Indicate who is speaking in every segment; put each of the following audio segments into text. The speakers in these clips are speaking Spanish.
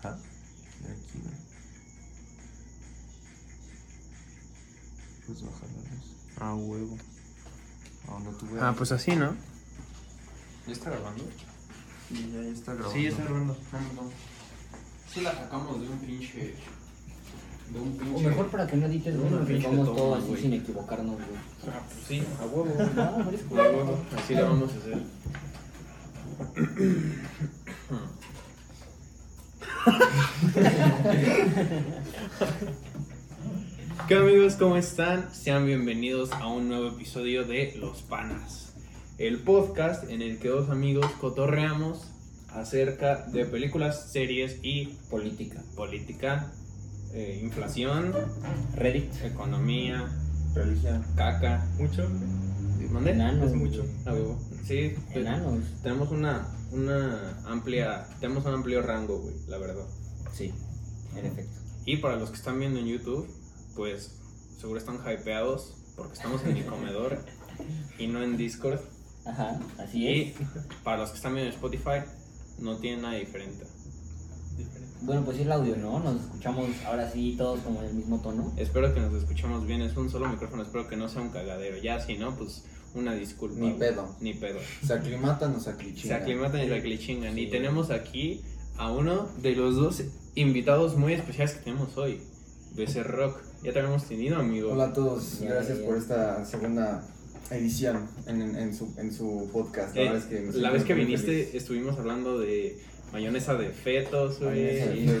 Speaker 1: Ajá. De aquí, güey. Pues bajar la luz.
Speaker 2: Ah, huevo.
Speaker 1: A donde tú veas.
Speaker 2: Ah, pues así, ¿no?
Speaker 1: ¿Ya está grabando? Sí, ya, ya está grabando.
Speaker 2: Sí, ya está grabando.
Speaker 1: Vamos, vamos.
Speaker 3: Sí la sacamos de un pinche. De un pinche.
Speaker 4: O mejor para que no edites, güey,
Speaker 2: Una
Speaker 4: nos
Speaker 2: pinche
Speaker 4: pongamos
Speaker 2: toma,
Speaker 4: todo así
Speaker 2: güey.
Speaker 4: sin equivocarnos, güey.
Speaker 2: Ah, pues sí, a huevo.
Speaker 4: Ah, fresco.
Speaker 2: A huevo. Así la vamos a hacer. ¿Qué amigos? ¿Cómo están? Sean bienvenidos a un nuevo episodio de Los Panas, el podcast en el que dos amigos cotorreamos acerca de películas, series y
Speaker 4: Política.
Speaker 2: política, eh, inflación,
Speaker 4: Reddit.
Speaker 2: economía,
Speaker 1: Religión.
Speaker 2: caca.
Speaker 3: Mucho.
Speaker 2: ¿Mandé?
Speaker 4: Enanos.
Speaker 3: Es mucho.
Speaker 4: güey.
Speaker 2: A huevo. Sí, te-
Speaker 4: Enanos.
Speaker 2: tenemos una, una amplia, tenemos un amplio rango, güey, la verdad.
Speaker 4: Sí, en efecto.
Speaker 2: Y para los que están viendo en YouTube, pues seguro están hypeados porque estamos en mi comedor y no en Discord.
Speaker 4: Ajá, así
Speaker 2: Y
Speaker 4: es.
Speaker 2: para los que están viendo en Spotify, no tiene nada diferente.
Speaker 4: Bueno, pues sí el audio, ¿no? Nos escuchamos ahora sí todos como en el mismo tono.
Speaker 2: Espero que nos escuchemos bien, es un solo micrófono, espero que no sea un cagadero. Ya, si no, pues una disculpa.
Speaker 1: Ni
Speaker 2: güey.
Speaker 1: pedo.
Speaker 2: Ni pedo.
Speaker 1: Se aclimatan o se aclichingan.
Speaker 2: Se aclimatan y la clichingan. Y
Speaker 4: Sí.
Speaker 2: tenemos aquí a uno de los dos invitados muy especiales que tenemos hoy, BC Rock. Ya te habíamos tenido, amigo.
Speaker 1: Hola a todos,
Speaker 4: Ya,
Speaker 1: gracias
Speaker 4: ya.
Speaker 1: por esta segunda edición en, en- en su, en su podcast.
Speaker 2: Eh,
Speaker 1: la vez que, me
Speaker 2: la
Speaker 1: siento
Speaker 2: vez que
Speaker 1: muy
Speaker 2: viniste
Speaker 1: feliz.
Speaker 2: estuvimos hablando de mayonesa de fetos,
Speaker 4: Mayonesa
Speaker 2: güey.
Speaker 4: de fetos.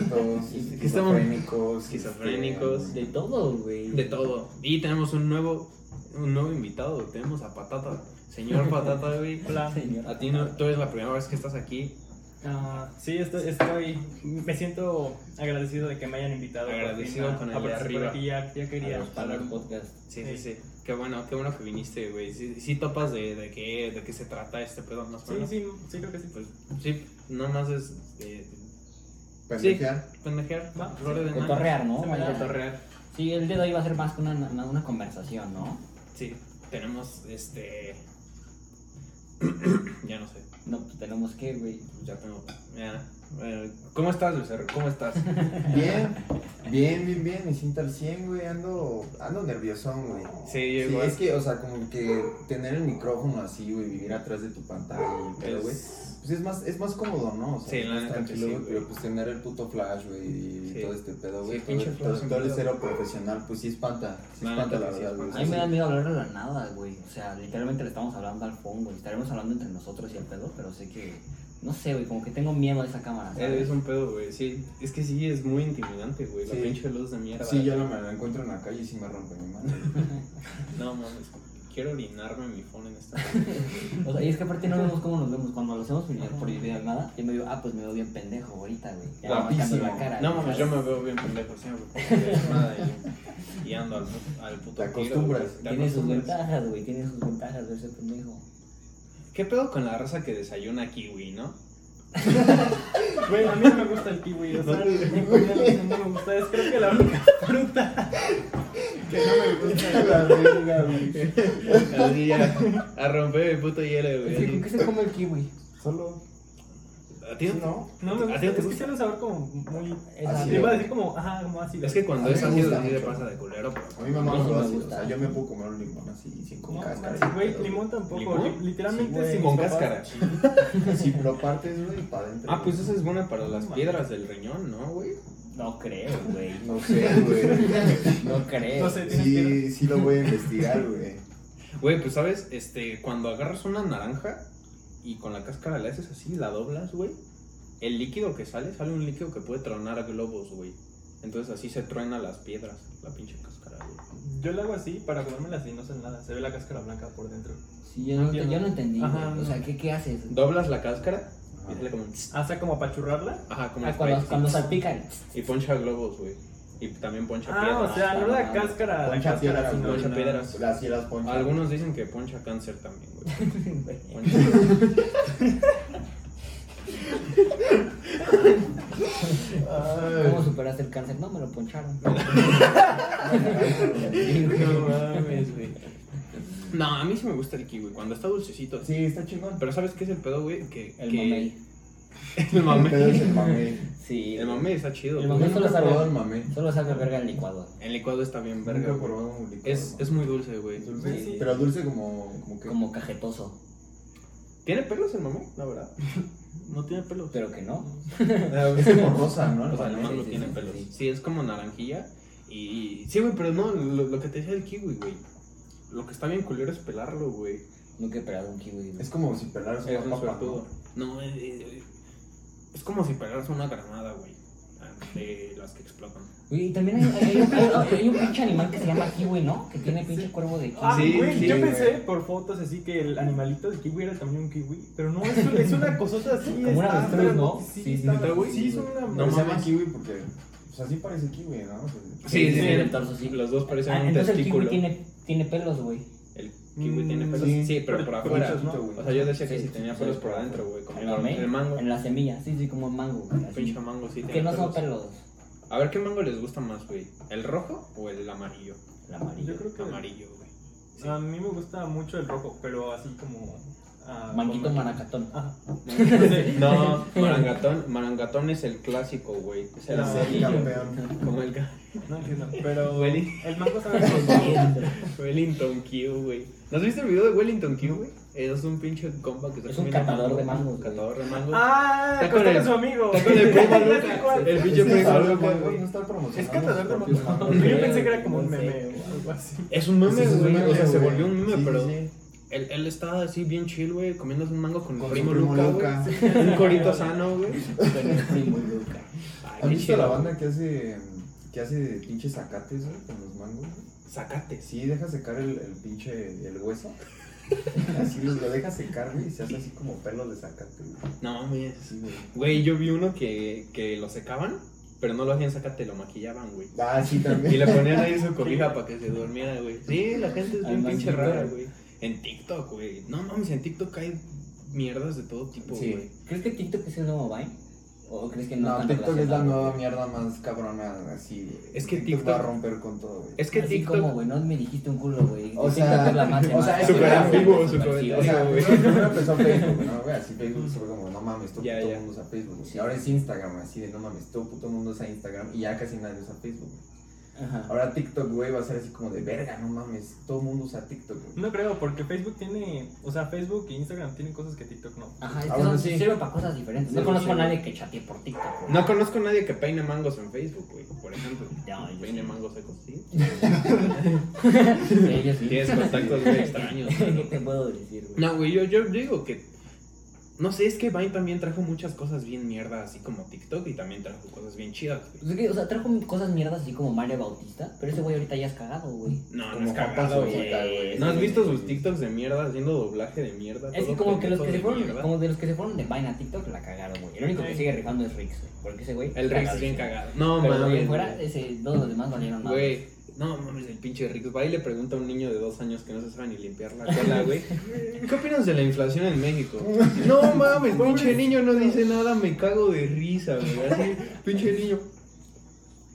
Speaker 1: Expertos,
Speaker 2: Que estamos-
Speaker 1: esquizofrénicos,
Speaker 2: esquizofrénicos. eh,
Speaker 1: este,
Speaker 4: De todo, güey.
Speaker 2: De todo. Y tenemos un nuevo, un nuevo invitado. Tenemos a Patata. Señor Patata, güey.
Speaker 5: Hola.
Speaker 4: Señor.
Speaker 2: A ti no, tú eres la primera vez que estás aquí.
Speaker 5: Ah, sí, estoy, estoy- Me siento agradecido de que me hayan invitado. por fin
Speaker 2: Agradecido
Speaker 5: a-
Speaker 2: con el
Speaker 5: a
Speaker 2: de
Speaker 5: participar
Speaker 2: arriba.
Speaker 5: aquí, ya, ya
Speaker 4: A
Speaker 5: quería.
Speaker 4: los Panas podcast.
Speaker 2: Sí, sí, sí. Qué bueno, qué bueno que viniste, güey. Sí, sí topas de, de qué, de qué se trata este pedo más o
Speaker 5: Sí,
Speaker 2: menos.
Speaker 5: sí, sí, creo que sí.
Speaker 2: Pues sí, nada más es eh,
Speaker 1: pendejear.
Speaker 2: pendejear,
Speaker 5: Va,
Speaker 2: flor de nada.
Speaker 4: Cotorrear, ¿no?
Speaker 5: Se me da
Speaker 4: Vaya.
Speaker 2: Cotorrear.
Speaker 4: Sí, el día de hoy va a ser más que una, una, una conversación, ¿no?
Speaker 2: Sí, tenemos este. ya no sé,
Speaker 4: No, pues tenemos que, güey.
Speaker 2: ya tengo. ya, eh, ¿Cómo estás, Lucerro? ¿Cómo estás?
Speaker 1: Bien, bien, bien, bien, me siento al 100, güey, ando, ando nerviosón, güey.
Speaker 2: Sí, yo
Speaker 1: Sí,
Speaker 2: igual.
Speaker 1: es que, o sea, como que tener el micrófono así, güey, vivir atrás de tu pantalla, güey, pero, güey,
Speaker 2: Es-
Speaker 1: pues es más, es más cómodo, ¿no? O sea,
Speaker 2: Sí,
Speaker 1: es
Speaker 2: la
Speaker 1: más
Speaker 2: neta que
Speaker 1: tranquilo,
Speaker 2: sí,
Speaker 1: güey, pero
Speaker 2: güey.
Speaker 1: pues tener el puto flash, güey, y
Speaker 2: Sí.
Speaker 1: todo este pedo,
Speaker 2: Sí,
Speaker 1: güey,
Speaker 2: pinche
Speaker 1: todo,
Speaker 2: flash,
Speaker 1: todo- todo el
Speaker 2: miedo.
Speaker 1: cero profesional, pues sí espanta, sí
Speaker 2: La
Speaker 1: espanta,
Speaker 2: neta
Speaker 1: la
Speaker 2: que sí
Speaker 1: verdad, güey.
Speaker 2: espanta.
Speaker 4: A mí me da
Speaker 1: sí.
Speaker 4: miedo hablar de la nada, güey. O sea, literalmente le estamos hablando al phone, güey. Estaremos hablando entre nosotros y al pedo, pero sé que. No sé, güey, como que tengo miedo a esa cámara. ¿sabes?
Speaker 2: Eh, Es un pedo, güey, sí. Es que sí, es muy intimidante, güey. La
Speaker 1: Sí.
Speaker 2: pinche luz de mierda.
Speaker 1: Sí, yo no me la encuentro en la calle y sí me rompe mi madre.
Speaker 2: No mames, quiero orinarme en mi phone en esta.
Speaker 4: O sea, y es que aparte no vemos cómo nos vemos. Cuando lo hacemos por, por videollamada, yo me digo, ah, pues me veo bien pendejo ahorita, güey. Ya me va
Speaker 1: Guapísimo.
Speaker 4: cambiando la cara.
Speaker 2: No
Speaker 4: güey,
Speaker 2: mames, yo
Speaker 4: ¿sabes?
Speaker 2: me veo bien pendejo siempre. como de desmadre Y, y ando al, pu- al puto
Speaker 1: Te
Speaker 2: tiro,
Speaker 1: acostumbras.
Speaker 2: güey. Te
Speaker 4: Tiene sus
Speaker 2: acostumbras.
Speaker 4: ventajas, güey. Tiene sus ventajas verse pendejo.
Speaker 2: ¿Qué pedo con la raza que desayuna kiwi, no?
Speaker 5: Güey, a mí no me gusta el kiwi. O sea, no, no me gusta. Es creo que la única fruta que no me gusta.
Speaker 1: La verga, güey.
Speaker 2: Así ya, a romper mi puto hielo,
Speaker 4: Es que, ¿con
Speaker 2: güey.
Speaker 4: qué se come el kiwi?
Speaker 1: Solo,
Speaker 2: ¿A ti no?
Speaker 1: ¿no?
Speaker 5: No me
Speaker 2: ¿A
Speaker 5: gusta.
Speaker 2: ti no te
Speaker 5: Es que
Speaker 2: gusta?
Speaker 5: tiene un sabor como muy.
Speaker 1: Así
Speaker 4: Es
Speaker 5: Te
Speaker 4: ácido.
Speaker 5: iba a decir como, ajá, como ácido.
Speaker 2: Es que cuando
Speaker 1: A mí
Speaker 2: es
Speaker 1: me
Speaker 2: así,
Speaker 1: gusta
Speaker 2: sí le
Speaker 1: mucho.
Speaker 2: pasa de culero, pero...
Speaker 1: A mí me mama
Speaker 4: Sí,
Speaker 1: lo
Speaker 4: me
Speaker 1: ácido, o
Speaker 4: gusta.
Speaker 1: sea, yo me puedo comer un limón así, sin con
Speaker 5: No,
Speaker 1: cáscara.
Speaker 5: manches, güey,
Speaker 1: pero-
Speaker 5: limón tampoco.
Speaker 2: ¿Limón?
Speaker 5: li- Literalmente
Speaker 2: Sí,
Speaker 5: sin
Speaker 2: con
Speaker 5: mis papás.
Speaker 2: cáscara.
Speaker 1: Si lo partes, güey, para adentro.
Speaker 2: Ah, pues esa es buena para las piedras del riñón, ¿no, güey?
Speaker 4: No creo, güey.
Speaker 1: No sé, güey.
Speaker 4: No creo.
Speaker 5: No sé, tienes que.
Speaker 1: Sí, sí lo voy a investigar, güey.
Speaker 2: Güey, pues, ¿sabes? Este, cuando agarras una naranja y con la cáscara la haces así, la doblas, güey, el líquido que sale, sale un líquido que puede tronar globos, güey. Entonces así se truena las piedras, la pinche cáscara, güey.
Speaker 5: Yo la hago así para comérmelas y no hacen nada. Se ve la cáscara blanca por dentro.
Speaker 4: Sí, yo no, yo no entendí, güey.
Speaker 5: Ajá,
Speaker 4: O sea, ¿qué, qué haces?
Speaker 2: Doblas la cáscara y
Speaker 1: Ajá.
Speaker 2: sale como... un tss.
Speaker 5: Hasta Ah, como para churrarla.
Speaker 2: Ajá, como
Speaker 4: Ah,
Speaker 2: un
Speaker 4: cuando,
Speaker 2: spray.
Speaker 4: cuando salpican.
Speaker 2: Y poncha globos, güey. Y también poncha
Speaker 5: Ah,
Speaker 2: piedras.
Speaker 5: o sea, no la cáscara, la
Speaker 1: Concha
Speaker 5: cáscara,
Speaker 1: piedras,
Speaker 5: sino
Speaker 2: concha
Speaker 5: la-
Speaker 2: piedras.
Speaker 1: Así las ponchas.
Speaker 2: Algunos dicen que poncha cáncer también, güey. Poncha-
Speaker 4: ¿Cómo superaste el cáncer? No, me lo poncharon.
Speaker 2: No mames, güey. No, a mí sí me gusta el kiwi. Cuando está dulcecito.
Speaker 1: Sí, está chingón.
Speaker 2: Pero ¿sabes qué es el pedo, güey? Que,
Speaker 4: El
Speaker 2: que
Speaker 4: mamey.
Speaker 2: El
Speaker 1: Pero es
Speaker 2: mamey.
Speaker 1: el mamey.
Speaker 4: Sí.
Speaker 2: El mamey está chido.
Speaker 4: El
Speaker 2: güey.
Speaker 1: Yo
Speaker 4: mamey
Speaker 1: nunca
Speaker 4: solo
Speaker 1: he
Speaker 4: sabe-
Speaker 1: probado el mamey.
Speaker 4: Solo sabe verga el licuado.
Speaker 2: El licuado está bien
Speaker 1: Nunca he
Speaker 2: verga. güey.
Speaker 1: probado un licor.
Speaker 2: Es, es muy dulce, güey.
Speaker 1: dulce.
Speaker 5: Sí.
Speaker 1: Pero dulce como, como que.
Speaker 4: Como cajetoso.
Speaker 2: ¿Tiene pelos el mamey? La verdad. No tiene pelos.
Speaker 4: Pero que no.
Speaker 1: Es como rosa, ¿no? El
Speaker 2: O sea,
Speaker 1: mamey.
Speaker 2: nomás
Speaker 4: sí,
Speaker 2: no
Speaker 4: sí,
Speaker 2: tiene
Speaker 4: sí,
Speaker 2: pelos.
Speaker 4: sí.
Speaker 2: Sí, es como naranjilla. Y. Sí, güey, pero no, lo, lo que te decía del kiwi, güey. Lo que está bien culero es pelarlo, güey.
Speaker 4: Nunca he pelado un kiwi. güey.
Speaker 1: Es como si pelaras
Speaker 2: Es un
Speaker 1: una papa.
Speaker 2: suertudo.
Speaker 1: ¿no?
Speaker 2: No, eh, eh, es como si pelaras una granada, güey. De las que explotan.
Speaker 4: Güey, y también hay, hay- hay un, hay- hay un pinche animal que se llama kiwi, ¿no? Que tiene pinche cuervo de kiwi.
Speaker 5: Ah,
Speaker 2: Sí,
Speaker 5: güey,
Speaker 2: sí,
Speaker 5: yo
Speaker 2: güey.
Speaker 5: pensé por fotos así que el animalito de kiwi era también un kiwi, pero no, es, es una cosota así.
Speaker 4: Como una
Speaker 5: está-
Speaker 4: avestruz, ¿no?
Speaker 5: Sí,
Speaker 4: Sí,
Speaker 5: está-
Speaker 2: neta, güey.
Speaker 5: sí, es una...
Speaker 1: No,
Speaker 2: No
Speaker 1: se llama
Speaker 2: mames.
Speaker 1: kiwi porque. Pues así parece kiwi, ¿no? Pues-
Speaker 2: Sí, sí,
Speaker 4: sí,
Speaker 2: sí.
Speaker 4: el torso, sí.
Speaker 2: Los dos parecen
Speaker 4: Ah,
Speaker 2: un
Speaker 4: entonces el kiwi
Speaker 2: testículo.
Speaker 4: tiene, tiene pelos, güey.
Speaker 2: El kiwi
Speaker 5: Mm,
Speaker 2: tiene pelos.
Speaker 1: sí.
Speaker 2: Sí, pero por
Speaker 5: Pero-
Speaker 1: Pero
Speaker 2: afuera.
Speaker 1: chiquito, güey.
Speaker 2: O sea, yo decía que
Speaker 4: Sí,
Speaker 2: si
Speaker 4: sí,
Speaker 2: tenía
Speaker 4: sí,
Speaker 2: pelos
Speaker 4: sí.
Speaker 2: por adentro, güey. Como
Speaker 4: ¿En
Speaker 2: la-
Speaker 4: el
Speaker 2: el mango.
Speaker 4: En la semilla, sí, sí, como el mango. güey,
Speaker 2: El
Speaker 4: así.
Speaker 2: pinche mango sí
Speaker 4: Que
Speaker 2: tiene
Speaker 4: no son
Speaker 2: pelos.
Speaker 4: pelos.
Speaker 2: A ver, ¿qué mango les gusta más, güey? ¿El rojo o el amarillo?
Speaker 4: El amarillo.
Speaker 5: Yo creo que
Speaker 2: Amarillo, güey. Sí.
Speaker 5: a mí me gusta mucho el rojo, pero así como... ah,
Speaker 4: Manguito
Speaker 5: con-
Speaker 4: maracatón.
Speaker 5: Ajá.
Speaker 2: No, marangatón, marangatón es el clásico, güey. Es el
Speaker 5: No,
Speaker 1: El
Speaker 2: amarillo.
Speaker 1: campeón.
Speaker 2: Como el ca-
Speaker 5: No entiendo, pero
Speaker 2: Huele.
Speaker 5: el mango sabe como...
Speaker 2: Wellington Q, güey. ¿No has visto el video de Wellington Q, güey? Eh, Es un pinche compa que está
Speaker 4: Es un
Speaker 2: comiendo
Speaker 4: catador
Speaker 2: mango,
Speaker 4: de mangos,
Speaker 2: Un
Speaker 4: güey.
Speaker 2: catador de mango.
Speaker 5: Ah,
Speaker 2: Está con
Speaker 5: con
Speaker 2: el-
Speaker 5: su amigo.
Speaker 2: está con el primo
Speaker 5: Ya sé
Speaker 2: Lucas.
Speaker 5: cuál.
Speaker 2: El
Speaker 1: Pinche
Speaker 2: pinche
Speaker 1: sí,
Speaker 2: primo
Speaker 1: sabe,
Speaker 2: Lucas,
Speaker 1: güey,
Speaker 2: güey.
Speaker 1: no está promocionando.
Speaker 5: Es catador de
Speaker 1: sus
Speaker 5: mangos.
Speaker 1: propios mangos.
Speaker 5: Yo pensé que era como un
Speaker 4: No sé.
Speaker 5: meme o algo así.
Speaker 2: Es un meme,
Speaker 1: Sí, sí, es un
Speaker 2: güey.
Speaker 1: meme,
Speaker 2: o sea, se
Speaker 1: güey.
Speaker 2: volvió un meme,
Speaker 1: Sí, sí,
Speaker 2: pero
Speaker 1: sí.
Speaker 2: Él, él estaba así bien chill, güey, comiéndose un mango con, el
Speaker 1: Con su
Speaker 2: primo,
Speaker 1: primo
Speaker 2: Luca,
Speaker 1: Luca.
Speaker 2: güey. Un corito sano, güey.
Speaker 4: Con el primo Luca.
Speaker 2: Ay,
Speaker 1: ¿Has
Speaker 2: qué
Speaker 1: visto la
Speaker 2: chido,
Speaker 1: banda
Speaker 2: güey.
Speaker 1: que hace que hace de pinches zacates, güey, con los mangos? güey?
Speaker 2: Zacate, sí.
Speaker 1: Sí, deja secar el, el pinche el hueso. Así los- lo deja secar, güey, y se hace así como pelos de zacate, güey.
Speaker 2: No mames.
Speaker 1: Sí, güey.
Speaker 2: Güey, yo vi uno que, que lo secaban, pero no lo hacían zacate, lo maquillaban, güey.
Speaker 1: Ah, sí,
Speaker 2: Y
Speaker 1: también.
Speaker 2: le ponían ahí su cobija para que se durmiera, güey. Sí, la gente es bien
Speaker 4: Además,
Speaker 2: pinche
Speaker 4: sí,
Speaker 2: rara,
Speaker 4: claro.
Speaker 2: güey. En TikTok, güey. No mames, en TikTok hay mierdas de todo tipo,
Speaker 1: Sí.
Speaker 2: güey.
Speaker 4: ¿Crees que TikTok es el nuevo Vine? ¿O crees que no?
Speaker 1: No,
Speaker 4: están
Speaker 1: TikTok es la
Speaker 4: relacionados?
Speaker 1: nueva mierda más cabrona, así, güey.
Speaker 2: Es que
Speaker 1: va a
Speaker 2: TikTok-
Speaker 1: romper con todo, güey.
Speaker 2: Es que
Speaker 4: Así
Speaker 2: TikTok.
Speaker 4: como, güey, no me dijiste un culo, güey.
Speaker 1: O
Speaker 4: TikTok
Speaker 1: sea,
Speaker 4: es la más
Speaker 1: o sea,
Speaker 4: llamada,
Speaker 1: es
Speaker 4: güey,
Speaker 1: súper ambiguo
Speaker 4: güey,
Speaker 2: su
Speaker 4: súper
Speaker 2: comentario.
Speaker 1: O sea,
Speaker 4: chido.
Speaker 2: güey.
Speaker 1: primero empezó Facebook, ¿no? güey? Así Facebook se fue como, no mames, todo
Speaker 2: Ya,
Speaker 1: puto
Speaker 2: ya.
Speaker 1: mundo usa Facebook. güey. Y ahora es Instagram, así de, no mames, todo puto mundo usa Instagram y ya casi nadie usa Facebook. güey.
Speaker 4: Ajá.
Speaker 1: Ahora TikTok, güey, va a ser así como de, verga, no mames, todo mundo usa TikTok, güey.
Speaker 5: No creo, porque Facebook tiene, o sea, Facebook e Instagram tienen cosas que TikTok no.
Speaker 4: Ajá, es
Speaker 1: Ah,
Speaker 4: que
Speaker 1: bueno,
Speaker 4: son-
Speaker 1: sí.
Speaker 4: sirven para cosas diferentes.
Speaker 1: Sí,
Speaker 4: No conozco a
Speaker 1: sí.
Speaker 4: nadie que chatee por TikTok. güey.
Speaker 2: No conozco a nadie que peine mangos en Facebook, güey, por ejemplo.
Speaker 4: No, yo
Speaker 2: peine
Speaker 4: sí.
Speaker 2: mangos secos, sí.
Speaker 4: Sí, yo sí.
Speaker 2: Tienes contactos muy extraños,
Speaker 4: ¿Qué te puedo decir, güey?
Speaker 2: No, güey, yo, yo digo que. No sé, es que Vine también trajo muchas cosas bien mierda, así como TikTok, y también trajo cosas bien chidas, güey.
Speaker 4: Pues es que, o sea, trajo cosas mierdas así como Mario Bautista, pero ese güey ahorita ya es cagado, güey.
Speaker 2: No, no
Speaker 1: Como
Speaker 2: es
Speaker 1: Juan
Speaker 2: cagado,
Speaker 1: Pazurita,
Speaker 2: güey.
Speaker 1: güey.
Speaker 2: ¿No has
Speaker 1: Sí,
Speaker 2: visto
Speaker 1: sí,
Speaker 2: sus
Speaker 1: sí.
Speaker 2: TikToks de mierda haciendo doblaje de mierda?
Speaker 4: Es que
Speaker 2: Todo
Speaker 4: como que los
Speaker 2: pendejo
Speaker 4: que se
Speaker 2: de
Speaker 4: fueron,
Speaker 2: mierda?
Speaker 4: como de los que se fueron de Vine a TikTok la cagaron, güey. El único que
Speaker 5: Sí.
Speaker 4: sigue rifando es Rix, güey. Porque ese güey.
Speaker 2: El Rex es bien
Speaker 4: cagadísimo.
Speaker 2: cagado. No,
Speaker 4: Pero de ahí
Speaker 2: mames.
Speaker 4: en fuera,
Speaker 2: güey.
Speaker 4: ese, todos los demás valieron nada.
Speaker 2: Güey, no mames, el pinche Rex. Va y le pregunta a un niño de dos años que no se sabe ni limpiar la cola, güey. ¿Qué opinas de la inflación en México? No mames, pinche niño no dice nada, me cago de risa, güey. Así, pinche niño.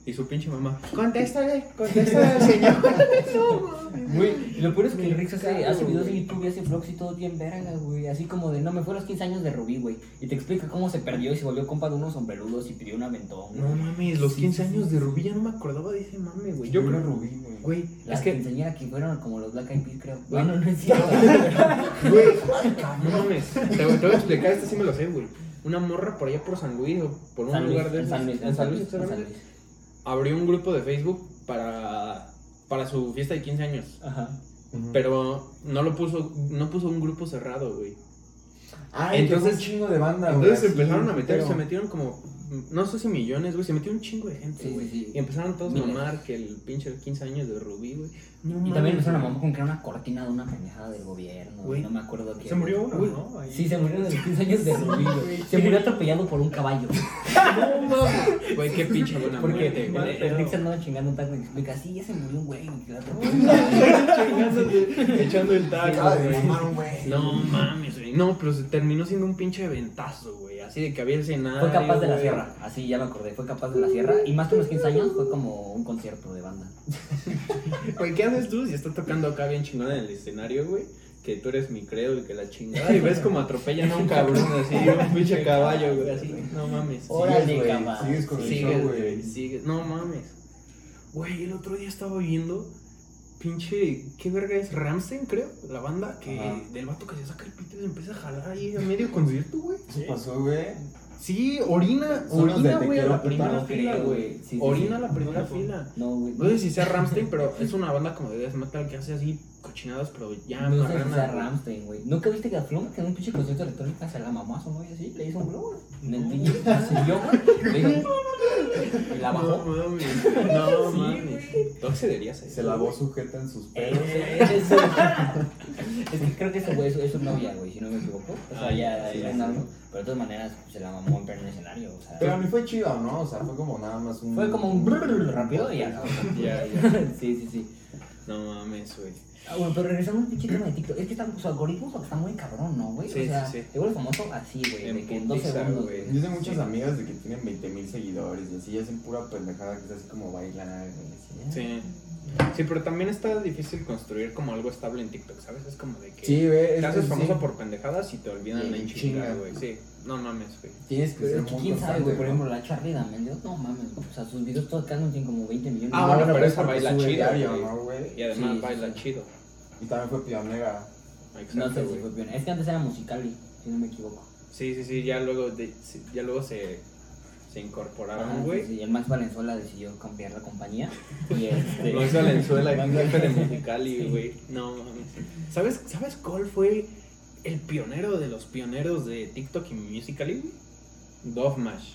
Speaker 2: Y su pinche mamá, contéstale, contéstale al señor.
Speaker 4: Güey, y lo peor es que el Rix hace,
Speaker 2: Claro,
Speaker 4: hace videos en
Speaker 2: güey.
Speaker 4: YouTube y hace vlogs y todo bien verga, güey. Así como de, no, me fue a los 15 años de Rubí, güey. Y te explica cómo se perdió y se volvió compa de unos sombrerudos y pidió un aventón.
Speaker 2: No
Speaker 4: güey.
Speaker 2: mames, los 15 años de Rubí ya no me acordaba de ese mame, güey. Yo creo,
Speaker 1: Rubí, güey.
Speaker 2: güey,
Speaker 4: Las
Speaker 2: es
Speaker 4: que
Speaker 2: que,
Speaker 4: quinceañeras que fueron como los Black Eyed Peas, creo.
Speaker 2: Güey.
Speaker 4: Bueno, no es cierto.
Speaker 2: güey, no mames. Te, te voy a explicar, este sí me lo sé, güey. Una morra por allá por San Luis o por un
Speaker 4: San Luis,
Speaker 2: lugar de
Speaker 4: en
Speaker 2: esos-
Speaker 4: San Luis,
Speaker 2: en San Luis,
Speaker 4: en San
Speaker 2: exactamente.
Speaker 4: Luis.
Speaker 2: abrió un grupo de Facebook para, para su fiesta de 15 años.
Speaker 4: Ajá.
Speaker 1: Ujú.
Speaker 2: Pero no lo puso, no puso un grupo cerrado, güey.
Speaker 1: Ay,
Speaker 2: entonces-
Speaker 1: entonces un chingo de
Speaker 4: Ah,
Speaker 1: banda, güey.
Speaker 2: Entonces se
Speaker 1: así,
Speaker 2: empezaron a meter,
Speaker 1: pero-
Speaker 2: se metieron como, no sé si millones, güey, se metió un chingo de gente,
Speaker 4: Sí,
Speaker 2: güey.
Speaker 4: sí, sí.
Speaker 2: Y empezaron todos
Speaker 4: Miles.
Speaker 2: a mamar que el pinche 15 años de Rubí, güey. No
Speaker 4: Y
Speaker 2: mames,
Speaker 4: también empezaron a
Speaker 2: güey.
Speaker 4: mamá con que era una cortina de una pendejada del gobierno.
Speaker 2: Güey.
Speaker 4: No me acuerdo qué.
Speaker 5: Se murió uno,
Speaker 4: Uy,
Speaker 5: ¿no? Ahí.
Speaker 4: Sí, se murió de los 15 años de Rubí, güey. Se murió atropellado por un caballo.
Speaker 2: Güey, qué pinche buena
Speaker 4: Porque
Speaker 2: muerte,
Speaker 4: el-
Speaker 2: güey.
Speaker 4: el Rick se andaba chingando un taco y explica, sí, ya se murió un güey. que lo atropelló".
Speaker 2: Echando el taco,
Speaker 1: Acaba de
Speaker 2: güey.
Speaker 1: mamar un güey.
Speaker 2: No mames, güey. No, pero se terminó siendo un pinche ventazo, güey. Así de que había el escenario.
Speaker 4: Fue capaz de la
Speaker 2: güey.
Speaker 4: sierra, así ya me acordé, fue capaz de la sierra. Y más que unos 15 años fue como un concierto de banda.
Speaker 2: Güey, ¿qué haces tú si está tocando acá bien chingón en el escenario, güey? que tú eres mi creo y que la chingada. Y ves como atropellan a un cabrón así, un pinche caballo, güey, así. No mames.
Speaker 4: Órale,
Speaker 1: güey,
Speaker 4: cabrón.
Speaker 1: Sigues con el
Speaker 2: Sigue,
Speaker 1: show,
Speaker 2: güey,
Speaker 1: güey.
Speaker 2: sigue. No mames. Güey, el otro día estaba viendo. Pinche, ¿qué verga es? Ramstein, creo. La banda que
Speaker 1: Ajá.
Speaker 2: del vato que se saca el pito y se empieza a jalar ahí a medio concierto, güey.
Speaker 1: ¿Qué pasó, güey?
Speaker 2: Sí, orina,
Speaker 1: Son los
Speaker 2: orina,
Speaker 1: de Te
Speaker 2: güey, a la
Speaker 1: Quiero,
Speaker 2: primera
Speaker 4: Puta, no
Speaker 2: fila,
Speaker 4: creo,
Speaker 2: güey.
Speaker 4: güey. Sí, sí,
Speaker 2: orina a
Speaker 4: sí.
Speaker 2: la primera fila.
Speaker 4: No, güey.
Speaker 2: No sé si sea Ramstein, pero es una banda como de death metal que hace así cochinadas, pero ya
Speaker 4: No sé si
Speaker 2: marrana,
Speaker 4: sea
Speaker 2: güey.
Speaker 4: Ramstein, güey. ¿Nunca viste que a Flum, que en un pinche concierto electrónico se la mamó a su novia así? Le hizo un globo. En el pinche pasillo, güey. Le dijo. Y la
Speaker 2: No
Speaker 4: bajó.
Speaker 2: mames. No mames. ¿Tú accederías a eso?
Speaker 1: Se lavó su jeta en sus
Speaker 4: Eh,
Speaker 1: pelos.
Speaker 4: Es es que creo que ese güey es, es su novia, güey, si no me equivoco. O sea,
Speaker 2: Ah,
Speaker 4: ya,
Speaker 2: sí,
Speaker 4: ya
Speaker 2: sí.
Speaker 4: no, no. Pero de todas maneras pues, se la mamó en pleno escenario. O sea,
Speaker 1: Pero a mí fue chido, ¿no? O sea, fue como nada más un.
Speaker 4: fue como un brrr rápido y ya. acabó.
Speaker 2: Ya, ya.
Speaker 4: Sí, sí, sí.
Speaker 2: No mames, güey.
Speaker 4: Ah, bueno, pero regresamos al pinche tema de TikTok. Es que está, su algoritmo está muy cabrón, ¿no, güey?
Speaker 2: Sí,
Speaker 4: o sea,
Speaker 2: sí, sí.
Speaker 4: te vuelve famoso así, güey.
Speaker 2: En
Speaker 4: De que en dos
Speaker 2: putiza,
Speaker 4: segundos.
Speaker 2: güey.
Speaker 4: güey.
Speaker 1: Yo tengo muchas
Speaker 2: Sí.
Speaker 1: amigas de que tienen 20 mil seguidores y así y hacen pura pendejada que es así como bailar y así. ¿eh?
Speaker 2: Sí. Sí, pero también está difícil construir como algo estable en TikTok, ¿sabes? Es como de que
Speaker 1: Sí, güey.
Speaker 2: te
Speaker 1: es-
Speaker 2: haces
Speaker 1: es-
Speaker 2: famoso
Speaker 1: sí.
Speaker 2: por pendejadas y te olvidan
Speaker 1: Y
Speaker 2: en
Speaker 1: en
Speaker 2: chinga,
Speaker 1: chinga.
Speaker 2: güey. Sí. No mames, güey.
Speaker 1: Tienes que
Speaker 4: Pero
Speaker 1: ser
Speaker 4: es que
Speaker 1: muy
Speaker 4: quién sabe,
Speaker 1: constante,
Speaker 4: güey. Por
Speaker 1: ¿no?
Speaker 4: ejemplo, la Charlie D'Amelio, no mames. güey. O sea, sus videos todos cada uno tienen como 20 millones.
Speaker 2: Ah,
Speaker 1: No,
Speaker 2: bueno,
Speaker 1: no,
Speaker 2: pero
Speaker 1: pues,
Speaker 2: esa
Speaker 1: porque
Speaker 2: baila
Speaker 1: sube
Speaker 2: chido,
Speaker 1: diario,
Speaker 2: güey.
Speaker 1: ¿no, güey?
Speaker 2: Y además
Speaker 4: Sí,
Speaker 2: baila
Speaker 4: sí, sí.
Speaker 2: chido.
Speaker 1: Y también fue pionera.
Speaker 4: No
Speaker 2: Exacto,
Speaker 4: sé si
Speaker 2: güey.
Speaker 4: fue peor. Es que antes era Musicali, si no me equivoco.
Speaker 2: Sí, sí, sí, ya luego, de- sí, ya luego se, se incorporaron,
Speaker 4: Ajá,
Speaker 2: güey.
Speaker 4: Ah, sí, sí, el Max Valenzuela decidió cambiar la compañía. Y este.
Speaker 2: Lo hizo Valenzuela, el
Speaker 4: Max
Speaker 2: jefe de
Speaker 4: Valenzuela.
Speaker 2: Mexicali, güey. No mames. ¿Sabes, ¿Sabes cuál fue el pionero de los pioneros de TikTok y Musical.ly, güey? Dovmash.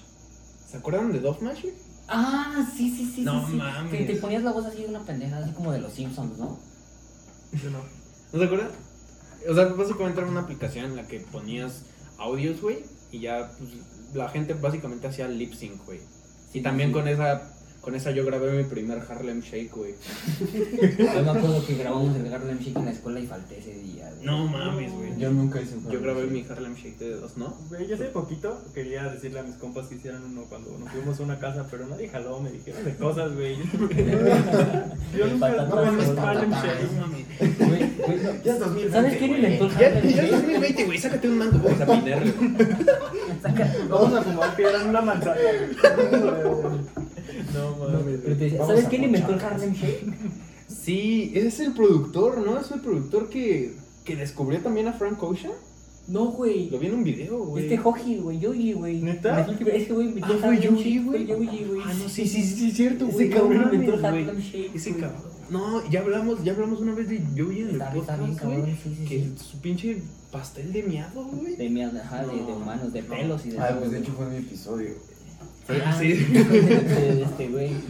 Speaker 2: ¿Se acuerdan de Dovmash, güey?
Speaker 4: Ah, sí, sí, sí.
Speaker 2: No
Speaker 4: sí, sí.
Speaker 2: mames.
Speaker 4: Que te ponías la voz así de una pendeja, así como de los Simpsons, ¿no?
Speaker 5: Yo no.
Speaker 2: ¿No se acuerdan? O sea, básicamente era una aplicación en la que ponías audios, güey, y ya pues, la gente básicamente hacía lip sync, güey. Y también con esa con esa yo grabé mi primer Harlem Shake, güey.
Speaker 4: Yo me acuerdo que grabamos el Garden Chic en la escuela y falté ese día. güey.
Speaker 2: No mames, güey.
Speaker 1: Yo nunca hice un
Speaker 2: Yo
Speaker 1: juego
Speaker 2: grabé
Speaker 1: así.
Speaker 2: mi Harlem Shake de dos, ¿no?
Speaker 5: Güey, yo hace poquito quería decirle a mis compas que hicieran uno cuando nos fuimos a una casa, pero nadie jaló, me dijeron de cosas, güey. Yo nunca
Speaker 4: Patatas,
Speaker 5: no,
Speaker 2: Pues
Speaker 5: no,
Speaker 4: patatas.
Speaker 5: Harlem Shake.
Speaker 2: mames.
Speaker 4: Güey, güey, no.
Speaker 1: Ya es 2020.
Speaker 4: ¿Sabes quién
Speaker 1: güey.
Speaker 4: inventó el
Speaker 2: Ya,
Speaker 4: Harlem
Speaker 2: ya es
Speaker 4: Shake?
Speaker 2: 2020, güey, sácate un mango, vamos a pintarlo.
Speaker 5: Vamos a fumar piedra en una manzana.
Speaker 2: No
Speaker 4: Pero te decía,
Speaker 1: Vamos
Speaker 4: ¿Sabes
Speaker 1: a
Speaker 4: quién inventó el
Speaker 1: mochar.
Speaker 4: Harlem Shake?
Speaker 2: Sí, ese es el productor, ¿no? Es el productor que, que descubrió también a Frank Ocean.
Speaker 4: No, güey.
Speaker 2: Lo vi en un video, güey.
Speaker 4: Este Joji, güey, Yogi, güey.
Speaker 5: ¿Neta?
Speaker 4: Ese güey inventó
Speaker 2: Ah,
Speaker 4: el
Speaker 2: fue
Speaker 4: Harlem
Speaker 2: Yogi,
Speaker 4: Shake,
Speaker 2: güey.
Speaker 4: fue Yogi, güey.
Speaker 2: Ah, no, sí, sí, sí, es cierto,
Speaker 4: Ese
Speaker 2: güey.
Speaker 4: cabrón
Speaker 2: no mames,
Speaker 4: inventó el
Speaker 2: güey.
Speaker 4: Harlem Shake,
Speaker 2: Ese
Speaker 4: güey.
Speaker 2: cabrón. No, ya hablamos, ya hablamos una vez de Joey en el
Speaker 4: Está, está bien,
Speaker 2: podcast,
Speaker 4: cabrón,
Speaker 2: güey.
Speaker 4: sí, sí, sí.
Speaker 2: Que su pinche pastel de miado, güey.
Speaker 4: De mierda, ajá, de, de
Speaker 2: No.
Speaker 4: humanos, de
Speaker 2: No.
Speaker 4: pelos y de
Speaker 1: Ah,
Speaker 4: todo,
Speaker 1: pues de
Speaker 4: güey.
Speaker 1: hecho fue mi episodio.
Speaker 4: Ah,
Speaker 2: Sí.
Speaker 4: de este güey. Sí,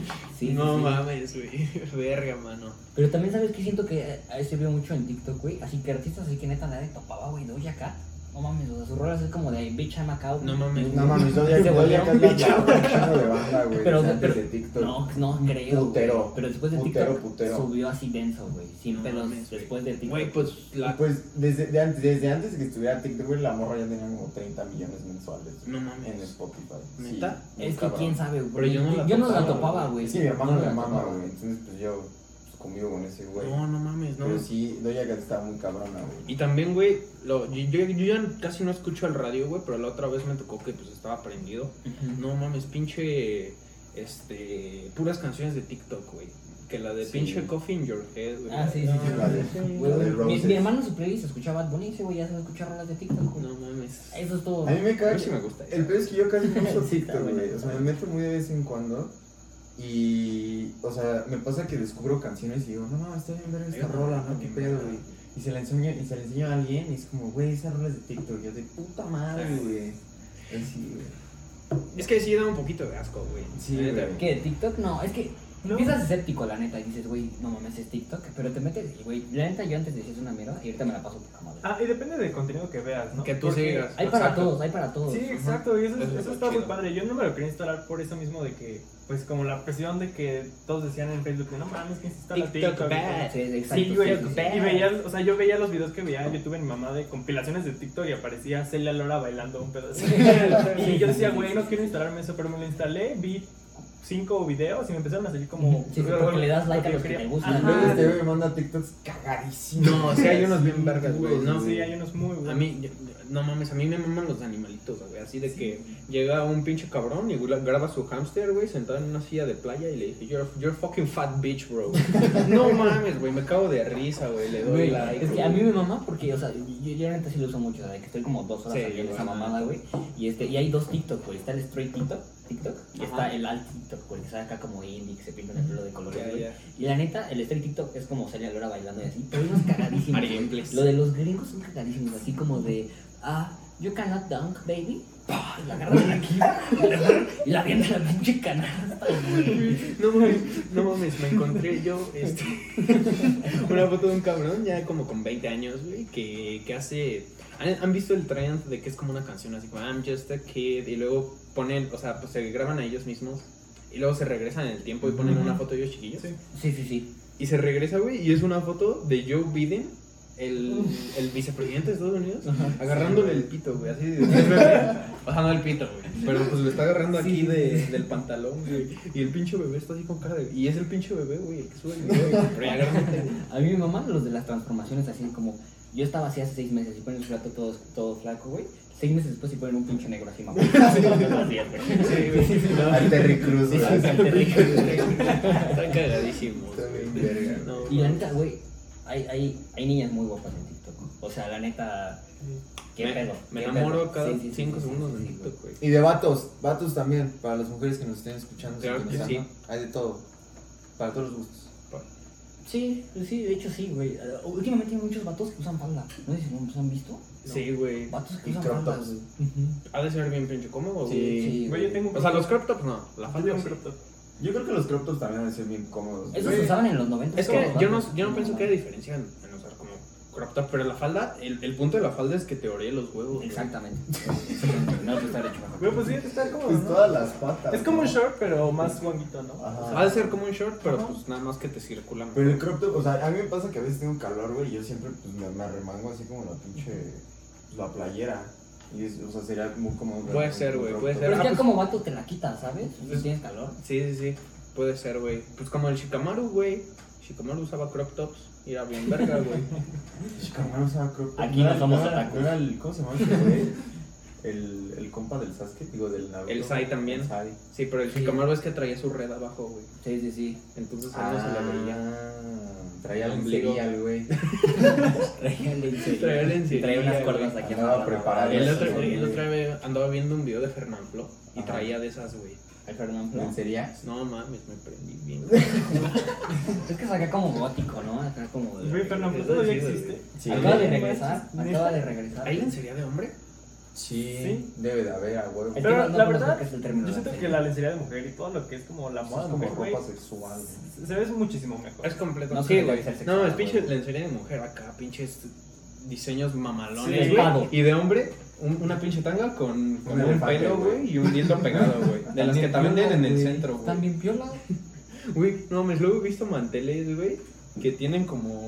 Speaker 4: sí,
Speaker 2: no
Speaker 4: sí.
Speaker 2: mames, güey. Verga, mano.
Speaker 4: Pero también sabes que siento que a ese veo mucho en TikTok, güey. Así que artistas así que neta nadie topaba, güey. Doy acá. No mames, o sea, sus rolas es como de Bitch I'm a cow.
Speaker 2: No mames.
Speaker 1: No mames, yo ya yo
Speaker 4: Se
Speaker 1: ya
Speaker 4: volvieron
Speaker 1: casi la
Speaker 4: bicho.
Speaker 1: chingo de banda, güey.
Speaker 4: Pero-
Speaker 1: o sea, antes
Speaker 4: pero-
Speaker 1: de TikTok.
Speaker 4: No, no creo.
Speaker 1: Putero.
Speaker 4: güey. Pero después de
Speaker 1: Putero,
Speaker 4: TikTok
Speaker 1: putero.
Speaker 4: subió así denso, güey. Sin
Speaker 2: No
Speaker 4: pelos.
Speaker 2: mames, güey.
Speaker 4: después de TikTok.
Speaker 2: Güey, pues la.
Speaker 1: Pues desde, de antes, desde antes de que estuviera TikTok, güey, la morra ya tenía como 30 millones mensuales güey,
Speaker 2: No mames.
Speaker 1: en Spotify.
Speaker 2: ¿Neta?
Speaker 1: Sí, muy
Speaker 4: es que
Speaker 1: cabrón.
Speaker 4: quién sabe,
Speaker 2: Pero
Speaker 4: güey.
Speaker 2: yo no la
Speaker 4: yo no la
Speaker 2: topaba,
Speaker 4: topaba, güey.
Speaker 1: Sí, mi hermano
Speaker 4: Yo no
Speaker 1: me
Speaker 4: la
Speaker 1: mama,
Speaker 4: topaba.
Speaker 1: güey. Entonces, pues yo pues, convivo con ese güey.
Speaker 2: No, no mames, no.
Speaker 1: Pero sí, Doja Cat estaba muy cabrona, güey.
Speaker 2: Y también, güey, lo- yo, yo- yo ya casi no escucho el radio, güey, pero la otra vez me tocó que pues estaba prendido. No mames, pinche, este, puras canciones de TikTok, güey. Que la de
Speaker 1: Sí.
Speaker 2: pinche Coffee in Your Head, güey.
Speaker 4: Ah, sí, sí, sí.
Speaker 1: La de-
Speaker 4: Güey,
Speaker 1: la de
Speaker 4: güey, mi,
Speaker 1: Roses.
Speaker 4: mi hermano en su playlist escuchaba Bad Bunny ese güey ya se escuchar rolas de TikTok. güey.
Speaker 2: No mames.
Speaker 4: Eso es todo.
Speaker 1: A mí me
Speaker 2: A
Speaker 1: cae.
Speaker 2: mí sí me gusta esa.
Speaker 1: El peor es que yo casi no uso
Speaker 4: Sí, está
Speaker 1: TikTok,
Speaker 4: buena.
Speaker 1: güey. O sea, me meto muy de vez en cuando. Y, o sea, me pasa que descubro canciones y digo, no, no, está bien ver esta rola, no, qué pedo, güey. Y se la enseño, y se la enseño a alguien y es como, güey, esa rola es de TikTok. Y Yo de puta madre, güey. Así, güey.
Speaker 2: Es que sí da un poquito de asco, güey.
Speaker 1: Sí,
Speaker 2: La neta.
Speaker 1: güey.
Speaker 4: ¿Qué? ¿TikTok? No, es que
Speaker 5: No.
Speaker 4: empiezas escéptico, la neta, y dices, güey, no mames, es TikTok, pero te metes, y, güey, la neta yo antes decía es una mierda y ahorita me la paso poca madre.
Speaker 5: Ah, y depende del contenido que veas, ¿no?
Speaker 2: Que tú
Speaker 5: Porque-
Speaker 2: sigas.
Speaker 4: hay para
Speaker 2: exacto.
Speaker 4: todos, hay para todos.
Speaker 5: Sí,
Speaker 2: Ajá.
Speaker 5: exacto, y eso,
Speaker 2: Eso
Speaker 5: eso
Speaker 2: está
Speaker 5: está muy
Speaker 2: chido.
Speaker 5: padre. Yo no me lo quería instalar por eso mismo de que, pues como la presión de que todos decían en Facebook, no mames, que se instala
Speaker 2: TikTok
Speaker 5: TikTok.
Speaker 2: bad.
Speaker 4: Sí, exacto.
Speaker 5: Sí, güey.
Speaker 4: sí, sí, sí.
Speaker 5: Y veía, o sea, yo veía los videos que veía en YouTube en mi mamá de compilaciones de TikTok y aparecía Celia Lora bailando un pedazo. y yo decía, güey, no quiero instalarme eso, pero me lo instalé, vi cinco videos y me empezaron a salir como.
Speaker 4: Sí, porque le das like a
Speaker 5: lo
Speaker 4: los que
Speaker 5: yo
Speaker 4: te
Speaker 5: quería.
Speaker 4: gustan.
Speaker 5: Ajá.
Speaker 1: Luego este güey me manda TikToks cagadísimos.
Speaker 2: No, sí hay unos bien vergas, güey. No,
Speaker 5: sí, hay unos muy buenos.
Speaker 2: A mí, yo- yo- no mames, a mí me maman los animalitos, güey. Así de que llega un pinche cabrón y gra- graba su hamster, güey, sentado en una silla de playa y le dije, you're, a- you're a fucking fat bitch, bro. no mames, güey, me cago de risa, güey. Le doy
Speaker 4: Güey,
Speaker 2: like.
Speaker 4: es que
Speaker 2: güey.
Speaker 4: a mí me mamá porque, o sea, yo, yo la neta sí lo uso mucho, o sea, de que estoy como dos horas
Speaker 2: Sí,
Speaker 4: ahí en esa
Speaker 2: güey,
Speaker 4: mamada, güey. Y este, y hay dos TikTok, güey. Está el straight TikTok, TikTok, y
Speaker 3: Ajá.
Speaker 4: está el alt TikTok, güey, que sale acá como indie, que se pinta el pelo de colores,
Speaker 2: Ya,
Speaker 4: güey.
Speaker 2: ya.
Speaker 4: Y la neta, el straight TikTok es como Celia Lora bailando y así, pero hay unos cagadísimos.
Speaker 2: Ari
Speaker 4: güey.
Speaker 2: Gameplays.
Speaker 4: Lo de los gringos son cagadísimos, así como de, ah, you cannot dunk, baby. ¡Pah! La agarran aquí, la agarran y la avientan a la pinche canasta, güey.
Speaker 2: No mames, no mames, me encontré yo este, una foto de un cabrón ya como con 20 años, güey, que, que hace... ¿han, han visto el trend de que es como una canción así como I'm just a kid? Y luego ponen, o sea, pues se graban a ellos mismos y luego se regresan en el tiempo y ponen una foto de ellos chiquillos.
Speaker 4: Sí, sí, sí.
Speaker 2: Y se regresa, güey, y es una foto de Joe Biden, el, el vicepresidente de Estados Unidos, agarrándole el pito, güey, así de tres bebés. O sea, no el pito, güey. Pero pues lo está agarrando aquí de- del pantalón, güey. Y el pinche bebé está así con cara de. Y es el pinche bebé, güey, el que sube el video, güey. Pero ya agarrándole, güey.
Speaker 4: A mí mi mamá, los de las transformaciones, así como yo estaba así hace seis meses y ponen el plato todo, todo flaco, güey. Seis meses después y ponen un pinche negro así, mamá. Así es, güey.
Speaker 1: Al Terry Cruz,
Speaker 4: Sí,
Speaker 1: güey.
Speaker 4: sí, sí, terrible.
Speaker 2: Está cagadísimo,
Speaker 1: Está bien
Speaker 2: güey.
Speaker 1: verga.
Speaker 2: No,
Speaker 4: Y la neta, güey, hay, hay, hay niñas muy guapas en TikTok. O sea, la neta, qué
Speaker 2: me,
Speaker 4: pedo.
Speaker 2: me
Speaker 4: qué
Speaker 2: enamoro
Speaker 4: pedo.
Speaker 2: cada
Speaker 4: Sí, sí, sí,
Speaker 2: 5
Speaker 4: sí, sí,
Speaker 2: segundos
Speaker 4: sí,
Speaker 2: en
Speaker 4: sí, güey.
Speaker 2: TikTok, güey.
Speaker 1: Y de vatos, vatos también, para las mujeres que nos estén escuchando,
Speaker 2: Claro que
Speaker 1: sintonizando, hay de todo, para todos los gustos.
Speaker 4: Sí, sí, de hecho sí, güey. Eh, Últimamente hay muchos vatos que usan falda. No sé si los han visto.
Speaker 2: Sí, güey.
Speaker 4: Vatos que
Speaker 1: Y
Speaker 4: usan
Speaker 1: crop
Speaker 4: falda.
Speaker 1: tops.
Speaker 4: güey.
Speaker 2: Ha de ser bien pinche cómodo, güey.
Speaker 4: Sí,
Speaker 5: Güey, yo tengo un
Speaker 2: O sea, los crop tops no, la
Speaker 5: Yo
Speaker 2: falda
Speaker 5: tengo un
Speaker 2: sí.
Speaker 5: crop top.
Speaker 1: Yo creo que los crop tops también van a ser bien cómodos.
Speaker 4: Esos
Speaker 1: güey.
Speaker 4: se usaban en los 90.
Speaker 2: Es que yo no, yo no pienso que haya diferencia en, en usar como crop top, pero la falda, el, el punto de la falda es que te oree los huevos. güey.
Speaker 4: Exactamente. no, pues estar hecho mejor.
Speaker 5: Güey, pues sí, está como.
Speaker 1: Pues
Speaker 5: ¿no?
Speaker 1: todas las patas.
Speaker 5: Es como un
Speaker 1: ¿no?
Speaker 5: short, pero más guanguito, ¿no?
Speaker 1: Ajá.
Speaker 2: Ha de ser como un short, pero
Speaker 5: Ajá.
Speaker 2: pues nada más que te circula. mejor.
Speaker 1: Pero el crop top, o sea, a mí me pasa que a veces tengo calor, güey, y yo siempre pues, me, me arremango así como la pinche, pues, la playera. Y es- o sea, sería muy cómodo.
Speaker 2: Puede ser, güey, puede
Speaker 4: Pero
Speaker 2: ser.
Speaker 4: es
Speaker 2: Ah,
Speaker 4: que
Speaker 2: pues-
Speaker 4: como vato te la quitas, ¿sabes? Si
Speaker 2: Pues-
Speaker 4: tienes calor.
Speaker 2: Sí, sí, sí. Puede ser, güey. Pues como el Shikamaru, güey. Shikamaru usaba crop tops. Y era bien verga, güey.
Speaker 1: Camarón usaba crop top.
Speaker 4: Aquí no
Speaker 1: era-
Speaker 4: somos
Speaker 1: era-
Speaker 4: otakus.
Speaker 1: era el, ¿Cómo se llama ese güey? El, el compa del Sasuke, digo, del Naruto.
Speaker 2: El Sai también.
Speaker 1: El Sai.
Speaker 2: Sí, pero el
Speaker 4: Sí.
Speaker 2: Shikamaru es que traía su red abajo, güey.
Speaker 4: Sí, sí, sí.
Speaker 2: Entonces a él no se le veía.
Speaker 1: Ah, traía
Speaker 2: El
Speaker 1: el
Speaker 2: ombligo.
Speaker 1: ombligo al güey.
Speaker 4: Traía lencería.
Speaker 2: Traía lencería,
Speaker 4: Y Traía unas
Speaker 2: güey.
Speaker 4: cuerdas aquí
Speaker 1: Andaba
Speaker 4: amarradas.
Speaker 1: preparado.
Speaker 2: El
Speaker 1: sí,
Speaker 2: otro,
Speaker 1: sí,
Speaker 2: el
Speaker 1: sí.
Speaker 2: otro día andaba viendo un video de Fernanfloo y
Speaker 1: Ajá.
Speaker 2: traía de esas, güey.
Speaker 4: Ay, Fernán, no.
Speaker 1: ¿Lencería?
Speaker 2: No mames, me prendí bien.
Speaker 4: Es que es acá como gótico, ¿no? Acá como. de-
Speaker 5: Güey, Fernando, todavía existe.
Speaker 1: Sí.
Speaker 4: Acaba de
Speaker 5: No
Speaker 4: regresar.
Speaker 5: manches,
Speaker 4: Acaba
Speaker 5: neta.
Speaker 4: de regresar.
Speaker 2: ¿Hay lencería de hombre?
Speaker 1: Sí,
Speaker 5: Sí.
Speaker 1: debe de haber, a huevo.
Speaker 4: El
Speaker 5: Pero
Speaker 4: tema- no
Speaker 5: la
Speaker 4: conozco
Speaker 5: verdad,
Speaker 4: qué es el término
Speaker 5: Yo
Speaker 4: de
Speaker 5: siento
Speaker 4: la
Speaker 5: que
Speaker 4: serie.
Speaker 5: la lencería de mujer y todo lo que es como la
Speaker 1: Eso
Speaker 5: moda
Speaker 1: es
Speaker 5: de
Speaker 1: como
Speaker 5: mujer, güey,
Speaker 1: ropa sexual. güey.
Speaker 5: se ve muchísimo mejor.
Speaker 2: Es completo.
Speaker 4: Pues, No
Speaker 2: Sí,
Speaker 4: tiene
Speaker 2: güey.
Speaker 4: que ser sexual,
Speaker 2: No, es pinche
Speaker 4: güey.
Speaker 2: lencería de mujer acá, pinches diseños mamalones,
Speaker 5: Sí,
Speaker 2: güey.
Speaker 4: claro.
Speaker 2: Y de hombre, un- una pinche tanga con, con un,
Speaker 1: elefante,
Speaker 2: pelo, güey, y un dildo pegado, güey. De las que te venden en el centro,
Speaker 4: ¿Están
Speaker 2: güey.
Speaker 4: bien piola?
Speaker 2: Güey, no mames, luego he visto manteles, güey, que tienen como,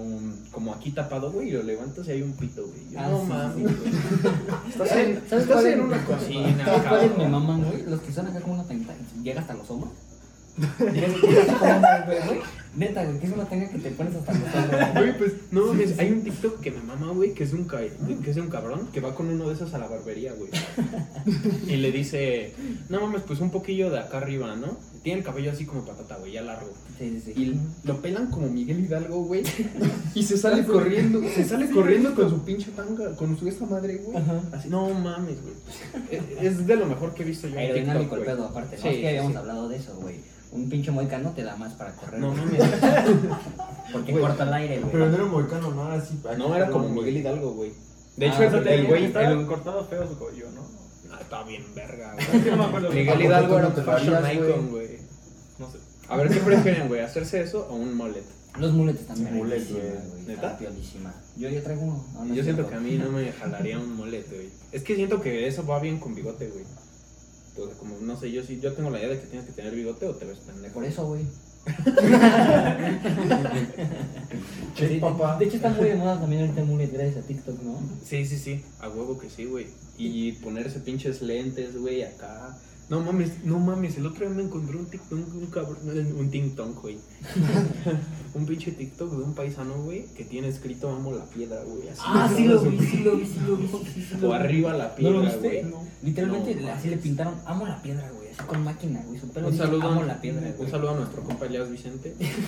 Speaker 2: como aquí tapado, güey, y lo levantas y hay un pito, güey. Yo,
Speaker 4: Ah,
Speaker 2: no
Speaker 4: sí,
Speaker 2: mames,
Speaker 4: sí.
Speaker 2: güey. Estás
Speaker 4: ¿Sabes-
Speaker 2: en,
Speaker 4: sabes
Speaker 2: estás
Speaker 4: cuál
Speaker 2: en
Speaker 4: es?
Speaker 2: una cocina,
Speaker 4: ¿Sabes cuáles me
Speaker 2: cabrón.
Speaker 4: maman, güey? Los que están acá como una tanga. Llega hasta los hombros. Llega hasta los hombros, güey, güey. Neta, güey, que es una tanga que te pones hasta los hombros.
Speaker 2: Güey, pues, no mames, hay un TikTok que me mama, güey, que es de un, ca- que es de un cabrón que va con uno de esos a la barbería, güey. Y le dice, no mames, pues un poquillo de acá arriba, ¿no? Tiene el cabello así como patata, güey, ya largo.
Speaker 4: Sí, sí, sí.
Speaker 2: Y lo pelan como Miguel Hidalgo, güey. Y se sale corriendo, se sale corriendo con su pinche tanga, con su esta madre, güey. Así, no mames, güey. Es- Es de lo mejor que he visto yo en TikTok,
Speaker 4: aerodinámico el
Speaker 2: güey.
Speaker 4: pedo aparte, ¿no?
Speaker 2: Sí,
Speaker 4: es que habíamos
Speaker 2: sí.
Speaker 4: hablado de eso, güey. Un pinche moicano te da más para correr.
Speaker 2: No
Speaker 4: güey,
Speaker 2: mames.
Speaker 4: porque
Speaker 1: güey.
Speaker 4: corta el aire,
Speaker 1: Pero no
Speaker 4: güey.
Speaker 1: era moicano, no era así.
Speaker 2: No, era como
Speaker 1: Miguelito
Speaker 2: Miguel Hidalgo, güey. De
Speaker 4: Ah,
Speaker 2: hecho,
Speaker 5: O sea,
Speaker 2: el-
Speaker 5: tenía
Speaker 2: Pues, el
Speaker 5: que
Speaker 2: güey,
Speaker 5: estar
Speaker 2: el-
Speaker 5: cortado feo su cabello, ¿no?
Speaker 2: Ah, está bien verga,
Speaker 5: Es que
Speaker 2: güey.
Speaker 5: no me acuerdo.
Speaker 2: Miguel
Speaker 1: ¿A poco
Speaker 2: Hidalgo
Speaker 1: tú
Speaker 2: era
Speaker 1: no
Speaker 2: un
Speaker 1: te lo
Speaker 2: fashion
Speaker 1: harías,
Speaker 2: icon, güey.
Speaker 5: No sé.
Speaker 2: A ver, ¿qué prefieren, güey? ¿Hacerse eso o un mullet?
Speaker 4: Los muletes también.
Speaker 1: Mulet,
Speaker 4: riquísimas,
Speaker 1: güey.
Speaker 4: güey.
Speaker 2: ¿Neta?
Speaker 4: Está piolísima. Yo ya traigo uno. Ah, No, no
Speaker 2: Yo
Speaker 4: es
Speaker 2: siento
Speaker 4: cierto.
Speaker 2: que a mí no me jalaría un mullet, güey. Es que siento que eso va bien con bigote, güey. Entonces, como, no sé, yo sí, yo tengo la idea de que tienes que tener bigote o te ves pendejo.
Speaker 4: Por eso, güey.
Speaker 1: Che,
Speaker 4: Sí, de-
Speaker 1: papá.
Speaker 4: De hecho, está muy de moda también ahorita el mulet gracias a TikTok, ¿no?
Speaker 2: Sí, sí, sí, a huevo que sí, güey. Y ponerse pinches lentes, güey, acá. No mames, no mames, el otro día me encontré un TikTok, un cabrón, un TikTok, güey. un pinche TikTok de un paisano, güey, que tiene escrito amo la piedra, güey. así.
Speaker 4: Ah, sí lo vi, sí lo vi, sí lo vi. sí, sí lo
Speaker 2: O
Speaker 4: vi.
Speaker 2: arriba la
Speaker 4: ¿No
Speaker 2: piedra,
Speaker 4: lo viste?
Speaker 2: güey.
Speaker 4: No. Literalmente
Speaker 2: No,
Speaker 4: así le pintaron, amo la piedra, güey, así con máquina, güey, su pelo
Speaker 2: Un
Speaker 4: dice,
Speaker 2: saludo,
Speaker 4: amo la piedra, güey.
Speaker 2: un saludo a nuestro compa Elias Vicente.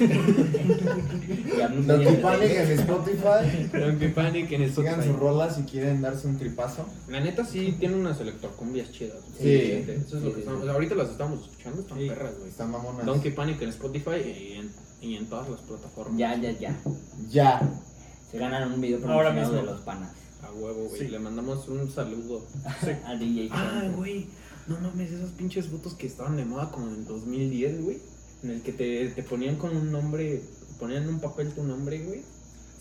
Speaker 1: Los Tripanic en Spotify.
Speaker 2: Pero que panic en esto.
Speaker 1: Sigan sus rolas si quieren darse un tripazo.
Speaker 2: La neta sí tiene unas electrocumbias chidas. güey.
Speaker 1: Sí.
Speaker 2: Vicente, Eso es lo que
Speaker 4: Sí.
Speaker 2: estamos. o sea, ahorita las estamos escuchando, están
Speaker 5: Sí.
Speaker 2: perras, güey.
Speaker 1: Están mamonas.
Speaker 2: Donkey Panic en Spotify y en, y en todas las plataformas.
Speaker 4: Ya, ya, ya.
Speaker 1: Ya.
Speaker 4: Se ganaron un video
Speaker 5: Ahora
Speaker 4: promocionado
Speaker 5: mismo.
Speaker 4: de los panas.
Speaker 2: A huevo, güey.
Speaker 5: Sí.
Speaker 2: Le mandamos un saludo.
Speaker 4: Al DJ.
Speaker 2: Ah,
Speaker 4: Chance.
Speaker 2: güey. No mames, esos pinches votos que estaban de moda como en 2010, güey. En el que te, te ponían con un nombre, ponían en un papel tu nombre, güey.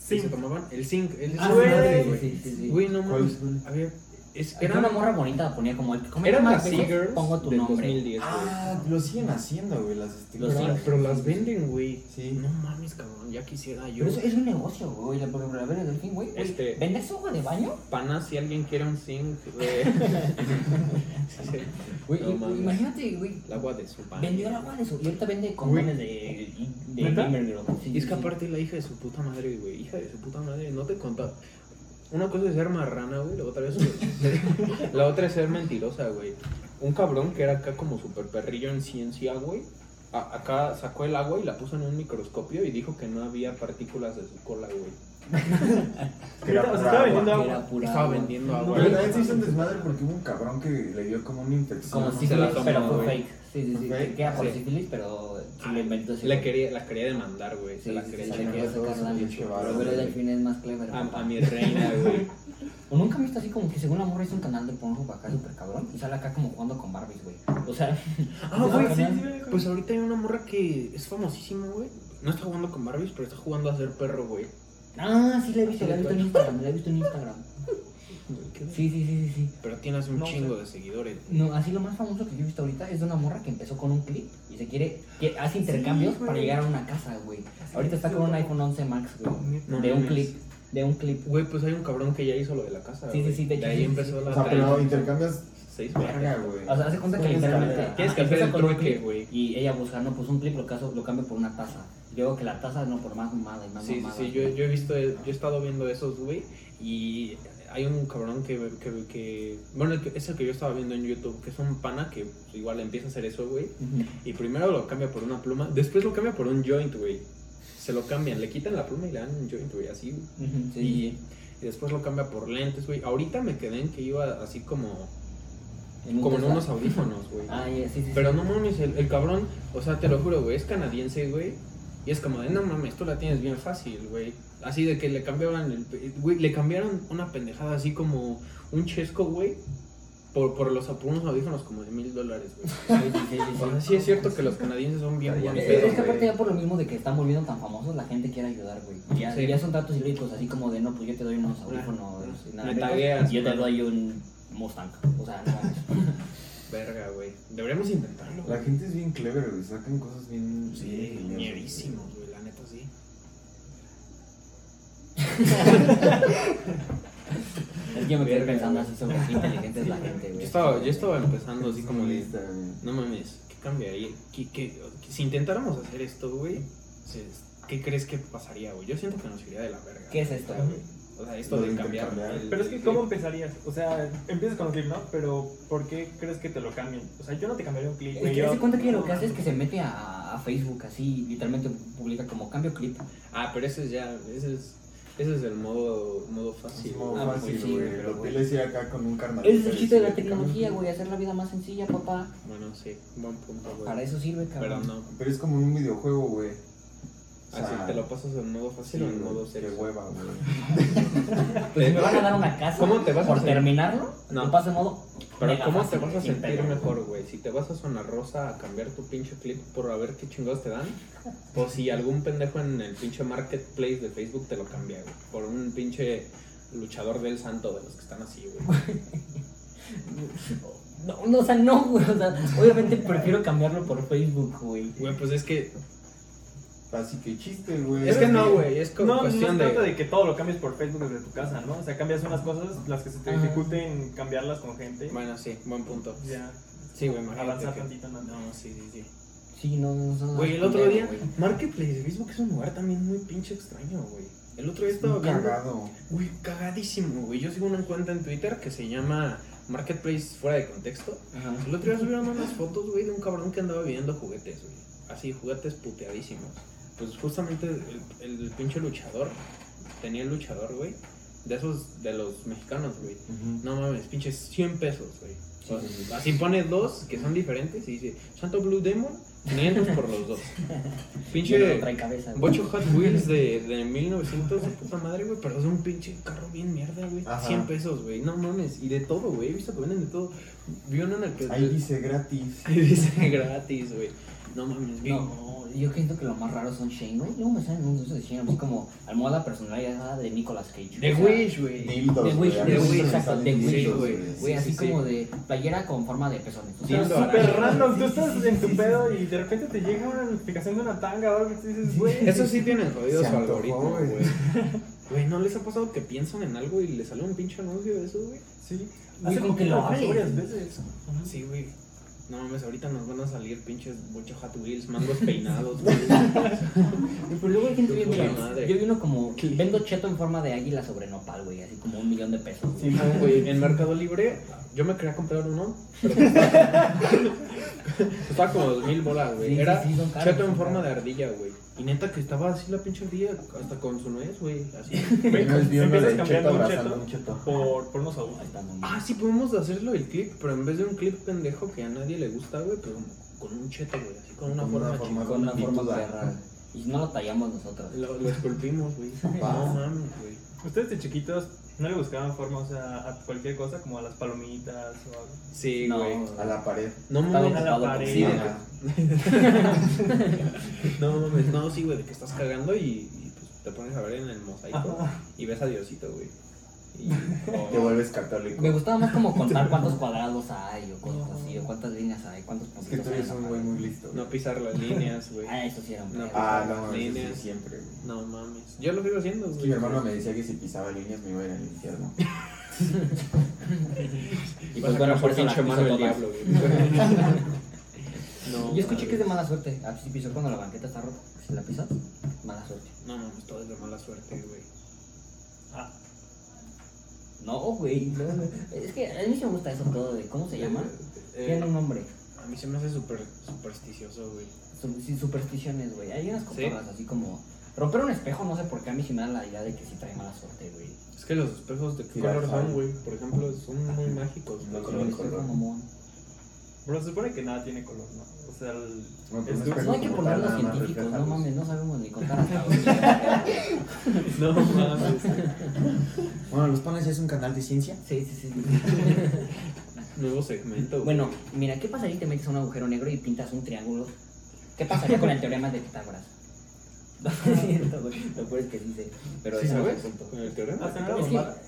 Speaker 2: Sí. Y se
Speaker 5: Sí.
Speaker 2: tomaban el zinc. El
Speaker 4: Ah,
Speaker 2: zinc,
Speaker 5: güey.
Speaker 4: madre,
Speaker 2: güey.
Speaker 4: Sí, sí, sí.
Speaker 2: Güey, no
Speaker 1: ¿Cuál
Speaker 2: mames.
Speaker 1: es?
Speaker 2: A ver, es,
Speaker 4: Era una
Speaker 2: eran,
Speaker 4: morra bonita, ponía como el que comenta
Speaker 2: eran
Speaker 4: más
Speaker 2: las
Speaker 4: veces,
Speaker 2: Seagirls
Speaker 4: Pongo tu
Speaker 2: del
Speaker 4: nombre.
Speaker 2: 2010, güey.
Speaker 1: Ah, lo siguen haciendo, güey, las este, stickers.
Speaker 4: Lo siguen.
Speaker 2: Pero las venden, güey.
Speaker 1: Sí.
Speaker 2: No mames, cabrón. Ya quisiera yo.
Speaker 4: Pero eso es un negocio, güey. La por la verga del fin, güey. güey,
Speaker 2: Este-
Speaker 4: ¿Vendes agua de baño?
Speaker 2: Pana, si alguien quiere un zinc, güey.
Speaker 4: Güey,
Speaker 2: No
Speaker 4: y-
Speaker 2: mames.
Speaker 4: imagínate, güey.
Speaker 2: El agua de su pan.
Speaker 4: Vendió el agua de su. Y ahorita vende condones de. de
Speaker 5: ¿Neta?
Speaker 4: Gamer Girl.
Speaker 2: Y
Speaker 4: Sí,
Speaker 2: es
Speaker 4: sí,
Speaker 2: que
Speaker 4: sí.
Speaker 2: aparte la hija de su puta madre, güey, hija de su puta madre, no te contaba. Una cosa es ser marrana, güey, la otra es la otra es ser mentirosa, güey. Un cabrón que era acá como super perrillo en ciencia, güey. a- acá sacó el agua y la puso en un microscopio y dijo que no había partículas de su cola, güey.
Speaker 1: Que era
Speaker 5: O sea,
Speaker 1: pura agua.
Speaker 5: estaba vendiendo
Speaker 4: Que
Speaker 5: agua.
Speaker 4: Era pura
Speaker 2: Estaba
Speaker 4: agua.
Speaker 2: vendiendo agua.
Speaker 1: Pero
Speaker 2: güey.
Speaker 1: también se hizo un desmadre porque hubo un cabrón que le dio como una infección.
Speaker 4: Como
Speaker 1: ¿no?
Speaker 2: si- se la
Speaker 4: sífilis,
Speaker 2: tomó,
Speaker 4: pero fue
Speaker 2: güey.
Speaker 4: fake. Sí, sí, sí.
Speaker 1: ¿Fue fake?
Speaker 4: Que era por
Speaker 2: Sí.
Speaker 4: sífilis, pero sí le inventó. ese
Speaker 2: Le
Speaker 4: güey.
Speaker 2: quería, la quería demandar, güey.
Speaker 4: Ah, Sí,
Speaker 2: se la
Speaker 4: sí,
Speaker 2: quería
Speaker 4: sí,
Speaker 1: echar
Speaker 4: le quería
Speaker 1: a todos
Speaker 4: sacar
Speaker 1: sus
Speaker 4: la
Speaker 1: pinche varos,
Speaker 4: Pero
Speaker 1: güey.
Speaker 4: el fin es más clever.
Speaker 2: a,
Speaker 4: papá.
Speaker 2: a mi reina, güey.
Speaker 4: ¿O nunca me visto así como que según la morra hizo un canal de Pornhub acá super cabrón? Y sale acá como jugando con Barbies, güey. O sea,
Speaker 2: Ah,
Speaker 5: güey,
Speaker 4: no,
Speaker 5: sí,
Speaker 4: no.
Speaker 5: sí, güey.
Speaker 2: Pues ahorita hay una morra que es famosísima, güey. No está jugando con Barbies, pero está jugando a ser perro, güey.
Speaker 4: ah, sí la he visto, la he visto en Instagram, la he visto en Instagram. Sí, sí, sí, sí, sí.
Speaker 2: Pero tienes un
Speaker 5: No,
Speaker 2: chingo de seguidores.
Speaker 4: No, así lo más famoso que yo he visto ahorita es de una morra que empezó con un clip y se quiere, que hace intercambios
Speaker 5: Sí, güey.
Speaker 4: para llegar a una casa, güey. Ahorita está
Speaker 5: sí,
Speaker 4: con un
Speaker 5: güey.
Speaker 4: iPhone 11 Max, güey.
Speaker 2: No
Speaker 4: de un
Speaker 2: mames.
Speaker 4: clip, de un clip.
Speaker 2: Güey, pues hay un cabrón que ya hizo lo de la casa.
Speaker 4: Sí, sí,
Speaker 2: güey.
Speaker 4: sí, de
Speaker 2: De
Speaker 4: hecho,
Speaker 2: ahí
Speaker 4: sí,
Speaker 2: empezó
Speaker 4: sí.
Speaker 2: la
Speaker 1: O sea,
Speaker 2: traiga.
Speaker 1: pero intercambias
Speaker 2: Seis
Speaker 1: verga,
Speaker 2: vergas.
Speaker 1: güey.
Speaker 4: O sea, hace cuenta que
Speaker 1: Tienes que
Speaker 4: literalmente.
Speaker 1: hacer-
Speaker 2: tienes que
Speaker 4: ajá,
Speaker 2: hacer
Speaker 4: empieza
Speaker 2: el
Speaker 4: con un
Speaker 2: trueque,
Speaker 4: clip
Speaker 2: güey.
Speaker 4: Y ella busca, no, pues un clip lo, caso, lo cambio por una taza. Y Luego que la taza no, por más mamada y más
Speaker 2: Sí, sí,
Speaker 4: mamada.
Speaker 2: sí. Yo, yo he visto, yo he estado viendo esos, güey. Y hay un cabrón que, que, que- bueno, el que- es el que yo estaba viendo en YouTube, que es un pana que igual empieza a hacer eso, güey.
Speaker 4: Ujú.
Speaker 2: Y primero lo cambia por una pluma, después lo cambia por un joint, güey. Se lo cambian, le quitan la pluma y le dan un joint, güey, así, güey.
Speaker 4: Ujú, sí.
Speaker 2: Y, y después lo cambia por lentes, güey. Ahorita me quedé en que iba así como,
Speaker 4: un
Speaker 2: como en
Speaker 4: Tesla.
Speaker 2: unos audífonos, güey.
Speaker 4: Ah, ya, sí, sí.
Speaker 2: Pero
Speaker 4: sí.
Speaker 2: no mames, el, el cabrón, o sea, te lo juro, güey, es canadiense, güey. Y es como de, no mames, tú la tienes bien fácil, güey. Así de que le cambiaron, el- güey, le cambiaron una pendejada así como un chesco, güey. Por, por los por unos audífonos como de mil dólares, güey.
Speaker 4: Sí, sí, sí, sí.
Speaker 2: O sea, sí es cierto que los canadienses son bien buen
Speaker 4: Es,
Speaker 2: pedo,
Speaker 4: es que
Speaker 2: güey.
Speaker 4: aparte ya por lo mismo de que están volviendo tan famosos, la gente quiere ayudar, güey. Y Ya,
Speaker 2: Sí.
Speaker 4: y ya son datos ilógicos, así como de, no, pues yo te doy unos audífonos
Speaker 2: Ah,
Speaker 4: y nada
Speaker 2: me
Speaker 4: de-
Speaker 2: tagueas,
Speaker 4: y yo te
Speaker 2: pero-
Speaker 4: doy un Mustang. O sea, no mames.
Speaker 2: Verga, güey. Deberíamos intentarlo.
Speaker 1: La
Speaker 2: güey.
Speaker 1: gente es bien clever, güey. Sacan cosas bien.
Speaker 2: Sí, mierísimos, güey, la neta sí.
Speaker 4: Es que yo me quedé
Speaker 2: Verga,
Speaker 4: pensando
Speaker 2: güey.
Speaker 4: así sobre qué inteligente es la gente, güey.
Speaker 2: Yo estaba, yo estaba empezando así como de,
Speaker 1: lista, güey.
Speaker 2: no mames, ¿qué cambiaría? ¿Qué, qué- si intentáramos hacer esto, güey, se- ¿qué crees que pasaría, güey? Yo siento que nos iría de la verga.
Speaker 4: ¿Qué es esto, güey?
Speaker 2: O sea, esto
Speaker 1: Lo
Speaker 2: de
Speaker 1: de
Speaker 2: cambiar.
Speaker 1: intercambiar.
Speaker 2: el-
Speaker 5: Pero es que,
Speaker 2: el-
Speaker 5: ¿cómo empezarías? O sea, empiezas con un clip, ¿no? Pero, ¿por qué crees que te lo cambien? O sea, yo no te cambiaría un clip,
Speaker 4: Es
Speaker 5: güey.
Speaker 4: que
Speaker 5: yo-
Speaker 4: se cuenta que lo que hace es que se mete a, a Facebook así, literalmente publica como cambio clip.
Speaker 2: Ah, pero ese es ya, ese es, ese es el modo, modo fácil.
Speaker 1: Es como
Speaker 2: güey.
Speaker 4: Ah, pues
Speaker 1: fácil,
Speaker 4: sí,
Speaker 1: güey.
Speaker 2: pero,
Speaker 1: Lo
Speaker 2: güey.
Speaker 1: piles ir acá con un carnal.
Speaker 4: Ese es el chiste de la tecnología, güey, hacer la vida más sencilla, papá.
Speaker 2: Bueno, sí, buen punto, güey.
Speaker 4: Para eso sirve,
Speaker 2: Pues, Pero
Speaker 4: cabrón.
Speaker 2: no,
Speaker 1: Pero es como un videojuego, güey. O sea,
Speaker 2: así Ah, te lo pasas en modo
Speaker 1: Ah. sí,
Speaker 2: fácil o en
Speaker 1: güey,
Speaker 2: modo
Speaker 1: Qué
Speaker 2: serio.
Speaker 1: hueva, güey.
Speaker 4: Pues si me van a dar una casa
Speaker 2: Eh, ¿Cómo te vas a
Speaker 4: por
Speaker 2: sentir?
Speaker 4: terminarlo,
Speaker 2: No.
Speaker 4: lo paso en modo.
Speaker 2: Pero
Speaker 4: mega
Speaker 2: ¿cómo
Speaker 4: fácil,
Speaker 2: te vas a
Speaker 4: sin
Speaker 2: sentir
Speaker 4: pedo.
Speaker 2: mejor, güey? Si te vas a Zona Rosa a cambiar tu pinche clip por a ver qué chingados te dan. O si algún pendejo en el pinche marketplace de Facebook te lo cambia, güey. Por un pinche luchador del santo de los que están así, güey.
Speaker 4: No, no, o sea, no, güey. O sea, obviamente prefiero cambiarlo por Facebook, güey.
Speaker 2: Güey, pues es que...
Speaker 1: Así que chiste, güey.
Speaker 2: Es que no, güey. Es
Speaker 5: No,
Speaker 2: como
Speaker 5: no
Speaker 2: cuestión
Speaker 5: se trata
Speaker 2: de...
Speaker 5: de que todo lo cambies por Facebook desde tu casa, ¿no? O sea, cambias unas cosas, las que se te
Speaker 4: Ajá.
Speaker 5: dificulten cambiarlas con gente.
Speaker 2: Bueno, sí, buen punto.
Speaker 5: Ya.
Speaker 2: Sí, güey, imagínate.
Speaker 5: Avanzar
Speaker 2: que-
Speaker 5: tantito en la
Speaker 2: No, sí, sí, sí.
Speaker 4: Sí, no, no son
Speaker 2: Güey,
Speaker 4: las
Speaker 2: el otro día,
Speaker 4: primeras, güey.
Speaker 2: Marketplace de Facebook es un lugar también muy pinche extraño, güey. El otro día estaba
Speaker 1: Estaba
Speaker 2: viendo.
Speaker 1: cagado.
Speaker 2: Güey, cagadísimo, güey. Yo sigo una cuenta en Twitter que se llama Marketplace Fuera de Contexto.
Speaker 4: Ajá.
Speaker 2: El otro día subieron unas fotos, güey, de un cabrón que andaba vendiendo juguetes, güey. Así, juguetes puteadísimos. Pues justamente el, el pinche luchador. Tenía el luchador, güey. De esos, de los mexicanos, güey.
Speaker 1: Ujú.
Speaker 2: No mames, pinches 100 pesos, güey. O sea,
Speaker 1: Sí, sí, sí.
Speaker 2: Así pone dos que son diferentes y dice Santo Blue Demon, 500 por los dos.
Speaker 4: Yo
Speaker 2: Pinche
Speaker 4: no trae cabeza. güey.
Speaker 2: Bocho Hot Wheels de, de 1900, de puta madre, güey, pero es un pinche carro bien mierda, güey.
Speaker 1: Ajá.
Speaker 2: 100 pesos, güey, no mames. Y de todo, güey, he visto que venden de todo. Vi uno en el que.
Speaker 1: Ahí dice gratis.
Speaker 2: Ahí dice gratis, güey. No mames, vi.
Speaker 4: No, yo siento que lo más raro son Shane, güey. Luego me salen anuncios de Shane, así como almohada personalizada de Nicolas Cage.
Speaker 2: De
Speaker 4: O sea,
Speaker 2: Wish, güey.
Speaker 1: Dildos.
Speaker 4: De
Speaker 1: güey,
Speaker 4: Wish,
Speaker 1: a mí
Speaker 4: de
Speaker 1: siempre
Speaker 4: Wish,
Speaker 1: me
Speaker 4: exacto,
Speaker 1: salen
Speaker 4: de
Speaker 1: dildos,
Speaker 4: Wish,
Speaker 2: güey. Sí,
Speaker 4: Güey, así
Speaker 2: sí,
Speaker 4: como de playera con forma de pezones. O sea,
Speaker 2: Dildo.
Speaker 5: Súper
Speaker 2: araña.
Speaker 5: random, tú estás en tu pedo y de repente te llega una notificación de una tanga o algo y tú dices, güey.
Speaker 2: Eso sí tienen jodido
Speaker 1: Se
Speaker 2: su
Speaker 1: antojó,
Speaker 2: algoritmo,
Speaker 1: güey.
Speaker 2: güey. Güey, ¿no les ha pasado que piensan en algo y les sale un pinche anuncio de eso, güey?
Speaker 5: Sí.
Speaker 4: Güey,
Speaker 5: Hace
Speaker 4: como que
Speaker 5: poquito
Speaker 4: lo
Speaker 5: pasó
Speaker 4: abres.
Speaker 5: varias veces.
Speaker 2: Sí, güey. No mames, ahorita nos van a salir pinches mucho Hot Wheels, mangos peinados, güey. pues
Speaker 4: Pero luego hay gente bien
Speaker 2: Puta
Speaker 4: mira,
Speaker 2: madre.
Speaker 4: Yo vi uno como, vendo cheto en forma de águila sobre nopal, güey, así como un millón de pesos. güey.
Speaker 5: Sí,
Speaker 2: No, güey, en Mercado Libre yo me quería comprar uno, pero costaba costaba como dos mil bolas, güey.
Speaker 4: Sí, sí,
Speaker 2: Era
Speaker 4: sí, son caros,
Speaker 2: cheto en
Speaker 4: son
Speaker 2: forma
Speaker 4: caros.
Speaker 2: de ardilla, güey. Y neta que estaba así la pinche ardilla, hasta con su nuez, güey, así.
Speaker 1: Una vez vi uno
Speaker 5: Empiezas
Speaker 1: de
Speaker 5: cambiando
Speaker 1: cheto
Speaker 5: un
Speaker 1: abrazando
Speaker 5: cheto.
Speaker 1: un cheto.
Speaker 5: Por, por unos agujas.
Speaker 4: Ahí está, no,
Speaker 2: Ah, sí, podemos hacerlo el clip, pero en vez de un clip pendejo que a nadie le gusta, güey, pero con un cheto, güey, así con una
Speaker 1: Con
Speaker 2: forma
Speaker 1: una
Speaker 2: chingona.
Speaker 1: forma
Speaker 4: Con una forma
Speaker 1: Dildo.
Speaker 4: perra. Y no lo tallamos nosotros.
Speaker 2: Lo, lo esculpimos, güey.
Speaker 1: Va.
Speaker 2: No mames, güey.
Speaker 5: Ustedes de chiquitos no le buscaban forma, o sea, a cualquier cosa, como a las palomitas o algo.
Speaker 2: Sí,
Speaker 4: No.
Speaker 2: güey.
Speaker 1: A la pared.
Speaker 2: No
Speaker 4: Está bien
Speaker 5: a
Speaker 2: mames.
Speaker 5: la
Speaker 4: tapado con
Speaker 5: pared.
Speaker 4: sidra.
Speaker 1: Ajá.
Speaker 2: No mames. No, sí, güey, de que estás cagando y, y, pues, te pones a ver en el mosaico
Speaker 5: Ajá.
Speaker 2: y ves a Diosito, güey. Y- oh,
Speaker 1: Te vuelves católico.
Speaker 4: Me gustaba más como contar cuántos cuadrados hay o cosas así, o cuántas líneas hay, cuántos
Speaker 1: Es que
Speaker 4: puntitos
Speaker 1: tú
Speaker 4: hay. en
Speaker 1: eres
Speaker 4: la
Speaker 1: un
Speaker 4: pared.
Speaker 1: güey muy listo.
Speaker 2: No pisar las líneas, güey.
Speaker 4: Ah, eso sí era un
Speaker 2: No.
Speaker 4: pedo.
Speaker 1: Ah, no, eso sí,
Speaker 2: Líneas.
Speaker 1: siempre, güey.
Speaker 2: No mames. Yo lo sigo haciendo,
Speaker 1: Es
Speaker 2: güey.
Speaker 1: que mi hermano me decía que si pisaba líneas me iba a ir al infierno.
Speaker 4: Y pues bueno, por eso la piso
Speaker 2: del
Speaker 4: todas.
Speaker 2: diablo, güey. No,
Speaker 4: Yo escuché que es de
Speaker 2: mames.
Speaker 4: mala suerte. Ah, si pisó cuando la banqueta está rota. Si la pisas, mala suerte.
Speaker 2: No mames, todo es de mala suerte, güey.
Speaker 5: Ah,
Speaker 4: No, güey. no, no. Es que a mí sí me gusta eso todo de. ¿Cómo se llama?
Speaker 2: Eh,
Speaker 4: Tiene un nombre.
Speaker 2: a mí se me hace súper supersticioso, güey.
Speaker 4: Su- sí, supersticiones, güey. Hay unas cotorras así como. Romper un espejo, no sé por qué a mí sí me da la idea de que sí trae mala suerte, güey.
Speaker 2: Es que los espejos de qué
Speaker 1: Tirar
Speaker 2: color
Speaker 1: sal.
Speaker 2: son, güey. Por ejemplo, son muy mágicos.
Speaker 1: No,
Speaker 2: güey.
Speaker 1: Color,
Speaker 4: Un espejo
Speaker 1: color.
Speaker 4: mamón.
Speaker 5: pero se supone que nada tiene color, ¿no? O sea, el...
Speaker 1: Bueno,
Speaker 5: es
Speaker 1: pues,
Speaker 5: dulce.
Speaker 4: No hay que
Speaker 1: como
Speaker 4: poner
Speaker 1: tal,
Speaker 4: los
Speaker 1: nada más
Speaker 4: científicos,
Speaker 1: refleja
Speaker 4: no
Speaker 1: luz.
Speaker 4: mames, no sabemos ni contar hasta ahora.
Speaker 2: No mames.
Speaker 1: Bueno, los panes es un canal de ciencia.
Speaker 4: Sí, sí, sí.
Speaker 2: Nuevo segmento. güey.
Speaker 4: Bueno, mira, ¿qué pasaría si te metes a un agujero negro y pintas un triángulo? ¿Qué pasaría con el teorema de Pitágoras? No es cierto, güey. Lo peor es que dice. Pero
Speaker 2: ¿Sí
Speaker 4: ese no es
Speaker 2: sabes?
Speaker 4: el punto.
Speaker 2: Con el teorema.
Speaker 5: Ah, se me va a
Speaker 4: Es que-
Speaker 5: bombar.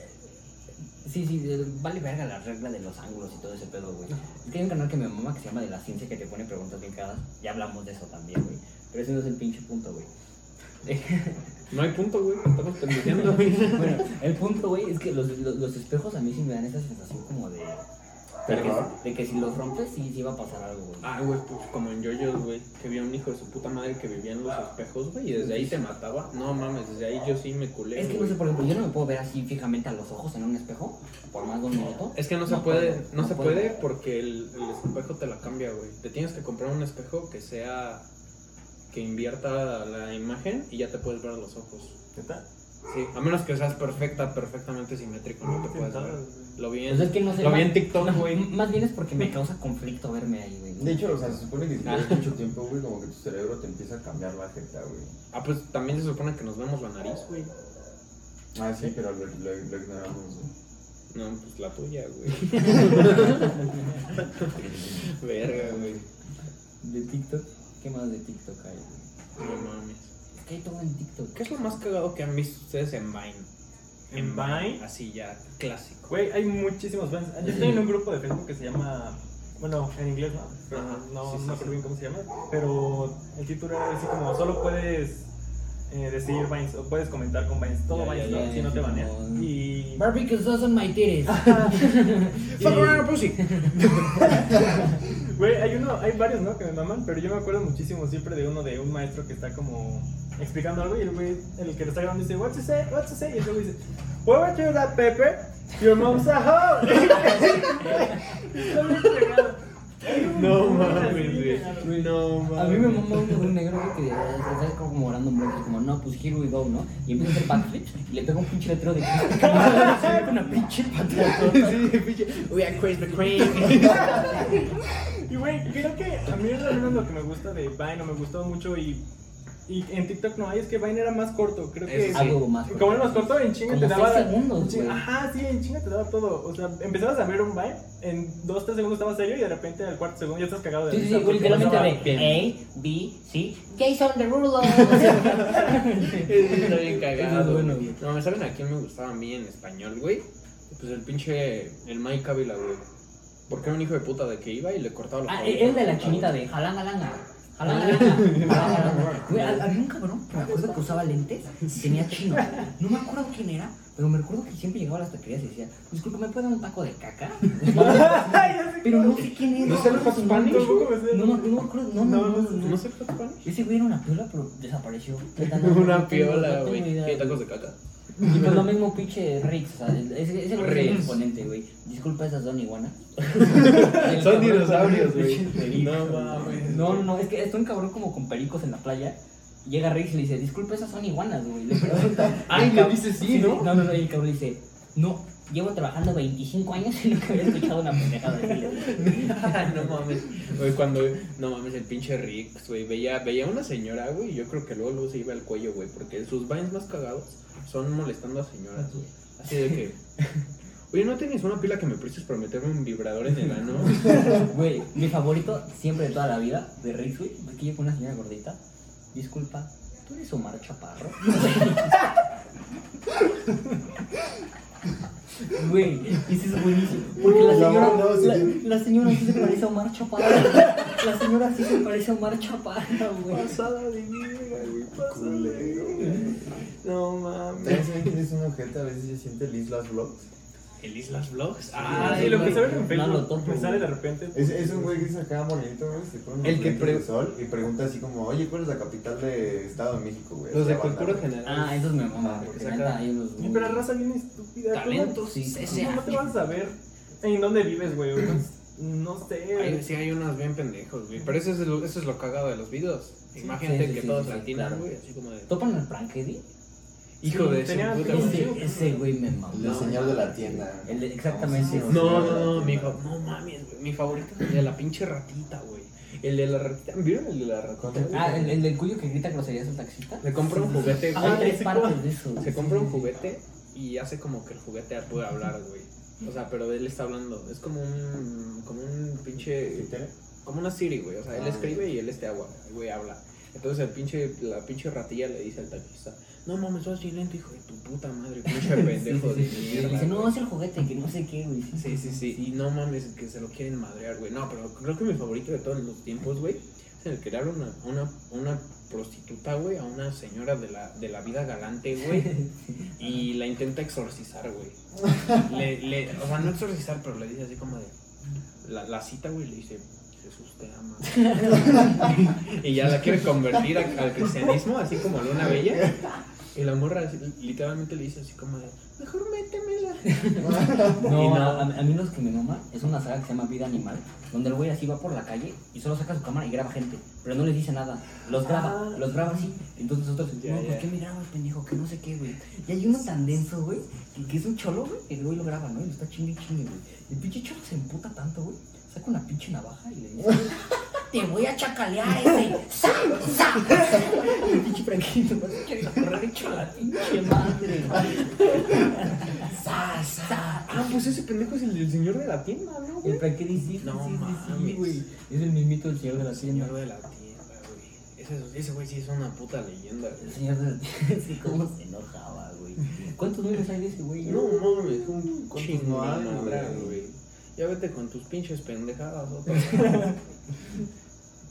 Speaker 4: Sí, sí, eh, vale verga la regla de los ángulos y todo ese pedo, güey. Es que hay un canal que me mama que se llama De la Ciencia que te pone preguntas bien caras. Ya hablamos de eso también, güey. Pero ese no es el pinche punto, güey.
Speaker 2: No hay punto, güey. Estamos pendejeando, güey.
Speaker 4: Bueno, el punto, güey, es que los, los- los espejos a mí sí me dan esa sensación como de. De que,
Speaker 1: Terror.
Speaker 4: de que si los rompes, sí, sí va a pasar algo, güey.
Speaker 2: Ah, güey, pues como en Yoyos, güey. Que había un hijo de su puta madre que vivía en los espejos, güey. Y desde ahí te mataba. No mames, desde ahí yo sí me culé.
Speaker 4: Es que no
Speaker 2: güey.
Speaker 4: sé, por ejemplo, yo no me puedo ver así fijamente a los ojos en un espejo por más de un minuto.
Speaker 2: Es que no se
Speaker 4: No
Speaker 2: puede,
Speaker 4: puedo,
Speaker 2: no,
Speaker 4: no
Speaker 2: se
Speaker 4: puedo.
Speaker 2: puede porque el, el espejo te la cambia, güey. Te tienes que comprar un espejo que sea que invierta la imagen y ya te puedes ver a los ojos.
Speaker 5: ¿Neta?
Speaker 2: Sí, a menos que seas perfecta, perfectamente simétrico, no te puedes ver. Lo vi en,
Speaker 4: Pues es que no sé.
Speaker 2: lo vi
Speaker 4: más-
Speaker 2: en TikTok,
Speaker 4: no,
Speaker 2: güey.
Speaker 4: m- Más bien es porque me causa conflicto verme ahí, güey.
Speaker 1: De hecho, o sea, se supone que si
Speaker 2: Ah.
Speaker 1: tienes mucho tiempo, güey, como que tu cerebro te empieza a cambiar la jeta, güey.
Speaker 2: Ah, pues también se supone que nos vemos la nariz, güey.
Speaker 1: Ah, sí, pero lo, lo- lo ignoramos, güey.
Speaker 2: No, pues la tuya, güey. Verga, güey.
Speaker 4: de TikTok, ¿qué más de TikTok hay, güey?
Speaker 2: No mames.
Speaker 4: Es que hay todo en TikTok.
Speaker 2: ¿Qué es lo más cagado que han visto ustedes en Vine?
Speaker 5: ¿En Vine?
Speaker 2: Así ya, clásico.
Speaker 5: Güey, hay muchísimos fans. Yo estoy en un grupo de Facebook que se llama. Bueno, en inglés no, pero
Speaker 2: Ajá,
Speaker 5: no,
Speaker 2: sí, sí,
Speaker 5: no me
Speaker 2: sí.
Speaker 5: acuerdo bien cómo se llama. Pero el título era así como: solo puedes eh, decir Vines o puedes comentar con Vines. Todo
Speaker 2: Ya,
Speaker 5: Vines,
Speaker 4: ya,
Speaker 5: ¿no?
Speaker 4: ya,
Speaker 5: si no
Speaker 4: sí,
Speaker 5: te
Speaker 4: como-
Speaker 5: banean. Y.
Speaker 4: Barbie que usas son my titties.
Speaker 5: y-
Speaker 2: Fuck around, pussy.
Speaker 5: Güey, hay uno, hay varios, ¿no? Que me maman, pero yo me acuerdo muchísimo siempre de uno de un maestro que está como explicando algo y el güey, el que lo está grabando dice, what's to say, what's to say, y el güey dice, whoever threw that pepper, your mom's a hoe. Está bien cagado.
Speaker 2: No
Speaker 5: Así,
Speaker 2: mames, güey.
Speaker 5: cagado.
Speaker 2: Güey, No mames.
Speaker 4: A mí me mamó un, un negro güey, que está como orando un bloque, como no, pues here we go, ¿no? Y empieza a hacer backflips y le pega un pinche letrero de Krispy Kreme, se ve con una pinche patada.
Speaker 2: Sí, pinche. We are Krispy Kreme.
Speaker 5: Y güey, creo que a mí realmente lo que me gusta de Vine, o me gustó mucho y, y en TikTok no hay, es que Vine era más corto, creo que...
Speaker 2: Eso sí.
Speaker 4: Algo más.
Speaker 5: Como él nos cortó, en chinga
Speaker 4: Como
Speaker 5: te daba.
Speaker 4: seis segundos,
Speaker 5: en chinga-
Speaker 4: güey.
Speaker 5: Ajá, sí, en chinga te daba todo. O sea, empezabas a ver un vibe, en dos, tres segundos estabas serio y de repente al cuarto segundo ya estás cagado de
Speaker 4: Sí, sí,
Speaker 5: risa,
Speaker 4: sí,
Speaker 5: porque
Speaker 4: literalmente
Speaker 5: pasaba-
Speaker 4: de A, B, C, Jason Derulo. Está
Speaker 2: Está bien cagado.
Speaker 4: Eso es bueno,
Speaker 2: güey.
Speaker 4: güey.
Speaker 2: No, ¿saben a quién me gustaba a mí en español, güey? Pues el pinche. El Mike Ávila, güey. Porque era un hijo de puta de que iba y le cortaba los
Speaker 4: Ah,
Speaker 2: cabellos.
Speaker 4: el de la chinita de Jalanga Langa. Jalanga Langa. Jalanga Langa. Güey, ha- Había un cabrón que me acuerdo que usaba lentes y tenía chino. No me acuerdo quién era, pero me acuerdo que siempre llegaba a las taquerías y decía: Disculpe, ¿me puede dar un taco de caca? Pero no sé quién era.
Speaker 2: ¿No es el Hot Spanish?
Speaker 5: Tampoco me sé.
Speaker 4: No, no, no, creo- no, no, no, no.
Speaker 2: ¿No se fue a Spanish?
Speaker 4: Ese güey era una piola, pero desapareció.
Speaker 2: Una
Speaker 4: No
Speaker 2: piola,
Speaker 4: tengo
Speaker 2: güey.
Speaker 4: idea,
Speaker 2: ¿Qué tacos de caca?
Speaker 4: Y pues lo mismo pinche Rix, o sea, el- ese, ese güey es el
Speaker 2: Rix.
Speaker 4: exponente, güey. Disculpa, esas son iguanas. El
Speaker 2: Son
Speaker 4: cabrón-
Speaker 2: dinosaurios, güey.
Speaker 4: Pinche perico.
Speaker 2: No mames.
Speaker 4: No, no, no, es que está un cabrón como con pericos en la playa. y Llega Rix y le dice, disculpa, esas son iguanas, güey. Le pregunta.
Speaker 2: Ay,
Speaker 4: Y el
Speaker 2: Ah, le
Speaker 4: cab-
Speaker 2: dice sí, ¿no?
Speaker 4: No, no, no, y el cabrón le dice, no, llevo trabajando 25 años y nunca había escuchado una pendejada así.
Speaker 2: no mames. Güey, cuando, no mames, el pinche Rix, güey, veía, veía a una señora, güey, y yo creo que luego, luego se iba al cuello, güey, porque sus vines más cagados son molestando a señoras, güey. Así de que, oye, ¿no tienes una pila que me prestes para meterme un vibrador en el ano?
Speaker 4: Güey, mi favorito siempre de toda la vida de Rix, güey, porque llega una señora gordita. Disculpa, ¿tú eres Omar Chaparro? Güey, ese es buenísimo. Porque la
Speaker 6: Uh, la
Speaker 4: señora,
Speaker 6: mano, sí,
Speaker 4: la,
Speaker 6: sí.
Speaker 4: la señora sí se parece a Omar Chaparro. La señora sí se parece a Omar Chaparro, güey.
Speaker 2: No mames.
Speaker 1: ¿Sabes quién es un ojete? A veces se siente Liz Las Vlogs.
Speaker 2: ¿El Islas Vlogs?
Speaker 5: Ah,
Speaker 2: Ah,
Speaker 5: sí, lo que
Speaker 4: güey.
Speaker 5: se ve en
Speaker 4: No, lo
Speaker 5: Facebook.
Speaker 4: topo,
Speaker 5: Me sale
Speaker 4: güey.
Speaker 5: de repente. pues,
Speaker 1: Es, es un güey que se acaba bonito, güey. Se pone unos
Speaker 2: El que
Speaker 1: lentes
Speaker 2: pre-
Speaker 1: de sol y pregunta así como, oye, ¿cuál es la capital de Estado de México, güey?
Speaker 2: los de
Speaker 1: Así la banda,
Speaker 2: cultura
Speaker 1: güey.
Speaker 2: general.
Speaker 4: Ah, esos me maman,
Speaker 1: Ah,
Speaker 4: porque
Speaker 2: saca-
Speaker 4: neta, hay unos
Speaker 5: Y Pero raza bien estúpida. ¿cómo-
Speaker 4: Talentos, sí,
Speaker 5: cómo
Speaker 4: sí,
Speaker 5: No
Speaker 4: sí.
Speaker 5: te vas a saber en dónde vives, güey. o no- No sé.
Speaker 2: Ay, sí, hay unos bien pendejos, güey. Pero eso es lo, eso es lo cagado de los videos. Imagínate
Speaker 4: sí,
Speaker 2: que
Speaker 4: sí,
Speaker 2: todos
Speaker 4: sí, sí,
Speaker 2: latinan,
Speaker 4: claro.
Speaker 2: güey, así como de...
Speaker 4: ¿Topan al Frankie?
Speaker 2: Hijo
Speaker 5: Sí,
Speaker 2: de su
Speaker 5: tenía-
Speaker 2: puta
Speaker 5: tenía-
Speaker 2: madre.
Speaker 4: Ese, ese güey me mamó.
Speaker 1: El señor de la tienda.
Speaker 4: El de- exactamente.
Speaker 1: Vamos a-
Speaker 2: No, no, no, mi, fa- no mames, güey, mi favorito es el de la pinche ratita, güey. El de la ratita, ¿vieron el de la ratita? güey?
Speaker 4: Ah, el, el del cuyo que grita groserías al taxista.
Speaker 2: Se compra un juguete,
Speaker 4: Ah, hay
Speaker 2: güey.
Speaker 4: tres partes de eso.
Speaker 2: Se compra un juguete y hace como que el juguete puede hablar, güey. O sea, pero él está hablando. Es como un, como un pinche, como una Siri, güey. O sea, él
Speaker 1: Ah.
Speaker 2: escribe y él este agua, güey, habla. Entonces el pinche, la pinche ratilla le dice al taxista, no mames, sos bien lento, hijo de tu puta madre, pinche pendejo de
Speaker 4: Sí, sí, sí, sí.
Speaker 2: mierda.
Speaker 4: Dice,
Speaker 2: güey".
Speaker 4: no, es el juguete, que no sé qué, güey.
Speaker 2: Sí, sí, sí. Y no mames, que se lo quieren madrear, güey. No, pero creo que mi favorito de todos los tiempos, güey, es el que le habla una, una, una prostituta, güey, a una señora de la, de la vida galante, güey. Y la intenta exorcizar, güey. Le, le, o sea, no exorcizar, pero le dice así como de. La, la cita, güey, le dice. Jesús te ama. y ya la quiere convertir a- al cristianismo, así como Luna Bella. Y la morra así, literalmente le dice así como de, mejor métemela.
Speaker 4: No,
Speaker 2: Y no.
Speaker 4: A, a mí los que me maman es una saga que se llama Vida Animal, donde el güey así va por la calle y solo saca su cámara y graba gente, pero no les dice nada. Los graba, los graba así. Entonces nosotros,
Speaker 2: Ya,
Speaker 4: no,
Speaker 2: ya.
Speaker 4: ¿por qué me grabas, pendejo? Que no sé qué, güey. Y hay uno tan denso, güey, que, que es un cholo, güey, que el güey lo graba, ¿no? Y lo está chingue y chingue, güey. Y el pinche cholo se emputa tanto, güey. Saca una pinche navaja y le dice, te voy a chacalear ese. ¡Sa! ¡Sa! Y el pinche franquito me a echar correr hecho la pinche madre, güey. ¡Sa! ¡Sa!
Speaker 2: Ah, pues ese pendejo es el del señor de la tienda, ¿no,
Speaker 4: El Frankie dice,
Speaker 2: No
Speaker 4: sí, sí, sí,
Speaker 2: mames.
Speaker 4: güey. Es el mismito del señor de la
Speaker 2: El señor
Speaker 4: tienda.
Speaker 2: de la tienda, güey. Ese, ese güey sí es una puta leyenda,
Speaker 4: El
Speaker 2: güey.
Speaker 4: señor de la tienda, sí, cómo se enojaba, güey. ¿Cuántos memes hay de ese güey?
Speaker 2: No mames, un
Speaker 1: ¿Cuántos
Speaker 2: chingo
Speaker 1: no hay,
Speaker 2: habrá,
Speaker 1: güey?
Speaker 2: güey. Ya vete con tus pinches pendejadas otra vez.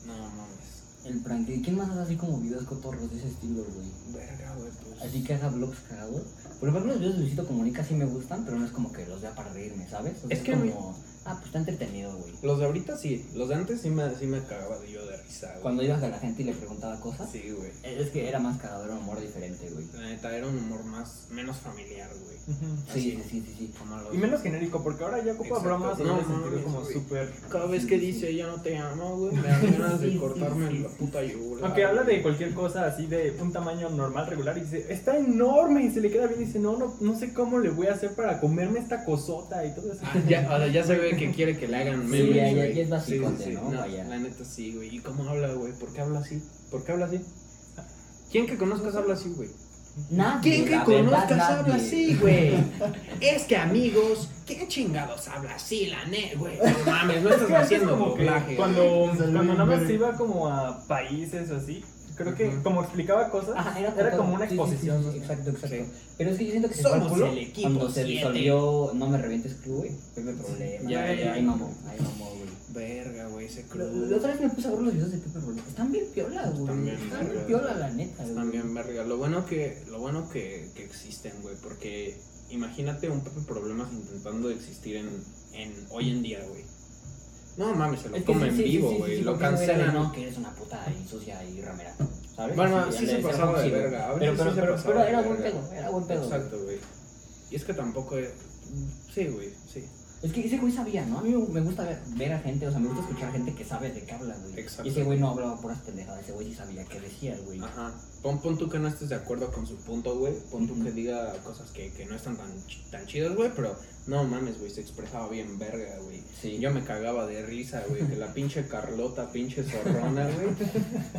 Speaker 2: No mames.
Speaker 4: El Frankie. ¿Quién más hace así como videos cotorros de ese estilo, güey?
Speaker 2: Verga, güey, pues.
Speaker 4: Así que haga vlogs cagados. Por ejemplo, los videos de Luisito Comunica sí me gustan, pero no es como que los vea para reírme, ¿sabes? O sea,
Speaker 2: Es que a mí-
Speaker 4: como Ah, pues está entretenido, güey.
Speaker 2: Los de ahorita sí, los de antes sí me, sí me cagaba de yo de risa, güey.
Speaker 4: Cuando ibas a la gente y le preguntaba cosas.
Speaker 2: Sí, güey.
Speaker 4: Es que era más cagador, un humor diferente, güey.
Speaker 2: La neta era un humor más, menos familiar, güey.
Speaker 5: Ujú.
Speaker 4: Sí,
Speaker 2: Así.
Speaker 4: sí, sí, sí, sí.
Speaker 2: Como los-
Speaker 5: Y menos genérico, porque ahora ya ocupa
Speaker 2: Exacto.
Speaker 5: bromas y
Speaker 2: No,
Speaker 5: no,
Speaker 2: no,
Speaker 5: sentido
Speaker 2: no,
Speaker 5: como
Speaker 2: güey.
Speaker 5: súper.
Speaker 2: Cada vez que dice ya no te amo, güey, me dan ganas
Speaker 4: Sí,
Speaker 2: de
Speaker 4: sí,
Speaker 2: cortarme
Speaker 4: sí,
Speaker 2: la
Speaker 4: sí.
Speaker 2: puta yugura.
Speaker 5: Aunque habla de cualquier cosa así de un tamaño normal, regular, y dice, está enorme, y se le queda bien, y dice, no, no, no sé cómo le voy a hacer para comerme esta cosota y todo eso.
Speaker 2: Ah, ya, o sea, ya se ve que quiere que le hagan
Speaker 4: Sí,
Speaker 2: memes,
Speaker 4: ya- ya-
Speaker 2: güey.
Speaker 4: ya es basicote, ¿no? Vaya.
Speaker 2: La neta sí, güey. ¿Y cómo habla, güey? ¿Por qué habla así? ¿Por qué habla así? ¿Quién que conozcas habla así, güey? ¿Quién
Speaker 4: Nadie,
Speaker 2: que
Speaker 4: la verdad,
Speaker 2: conozcas
Speaker 4: nadie.
Speaker 2: habla así, güey? Es que amigos, ¿qué chingados habla así, la neta, güey? No mames, no
Speaker 5: Es
Speaker 2: estás
Speaker 5: que antes
Speaker 2: haciendo
Speaker 5: como que
Speaker 2: doblaje.
Speaker 5: cuando,
Speaker 1: güey.
Speaker 5: cuando nada más
Speaker 1: Salud,
Speaker 5: iba como a países o así, creo que
Speaker 2: Ujú.
Speaker 5: como explicaba cosas,
Speaker 4: Ajá,
Speaker 5: era,
Speaker 4: todo.
Speaker 5: como
Speaker 4: Sí, sí,
Speaker 5: una
Speaker 4: sí,
Speaker 5: exposición.
Speaker 4: sí,
Speaker 5: ¿no?
Speaker 4: exacto, exacto. Pero es que yo siento que se
Speaker 2: Somos
Speaker 4: fue al culo
Speaker 2: el equipo
Speaker 4: cuando se
Speaker 2: siete.
Speaker 4: disolvió No Me Revientes Club, güey. Fue mi problema.
Speaker 2: Ya,
Speaker 4: güey.
Speaker 2: ya.
Speaker 4: Ahí mamó, ahí mamó, güey.
Speaker 2: Verga, güey, ese
Speaker 4: La- La
Speaker 2: crudo.
Speaker 4: otra vez me puse a ver los videos de Pepe Rolón. Están bien piola,
Speaker 2: Están
Speaker 4: güey.
Speaker 2: bien
Speaker 4: Están bien
Speaker 2: verga.
Speaker 4: piola, la neta, güey.
Speaker 2: También, verga. Lo bueno que, lo bueno que, que existen, güey, porque imagínate un poco de problemas intentando existir en, en hoy en día, güey. No mames, se lo
Speaker 4: Es que
Speaker 2: comen
Speaker 4: sí, sí,
Speaker 2: vivo,
Speaker 4: sí, sí,
Speaker 2: güey.
Speaker 4: sí,
Speaker 2: lo
Speaker 4: porque no era de,
Speaker 2: cancelan.
Speaker 4: No, que eres una puta y sucia y ramera. ¿Sabes?
Speaker 2: Bueno, sí
Speaker 4: le
Speaker 2: se
Speaker 4: decía,
Speaker 2: pasaba de
Speaker 4: sí, güey.
Speaker 2: verga. A
Speaker 4: Pero,
Speaker 2: veces
Speaker 4: pero,
Speaker 2: sí se
Speaker 4: pero,
Speaker 2: pasaba
Speaker 4: pero
Speaker 2: de
Speaker 4: era buen
Speaker 2: verga.
Speaker 4: pedo, era buen pedo. güey.
Speaker 2: Exacto, güey. Y es que tampoco es... Sí, güey, sí.
Speaker 4: Es que ese güey sabía, ¿no? A mí me gusta ver, ver a gente, o sea, me gusta escuchar gente que sabe de qué habla, güey.
Speaker 2: Exacto. Ah,
Speaker 4: Y ese güey no hablaba puras pendejadas, ese güey sí sabía qué decía, güey.
Speaker 2: Ajá. Pon, pon tú que no estés de acuerdo con su punto, güey. Pon tú
Speaker 4: Ujú.
Speaker 2: que diga cosas que, que no están tan, ch- tan chidas, güey. Pero no mames, güey. Se expresaba bien verga, güey.
Speaker 4: Sí.
Speaker 2: Yo me cagaba de risa, güey. Que la pinche Carlota, pinche zorrona, güey.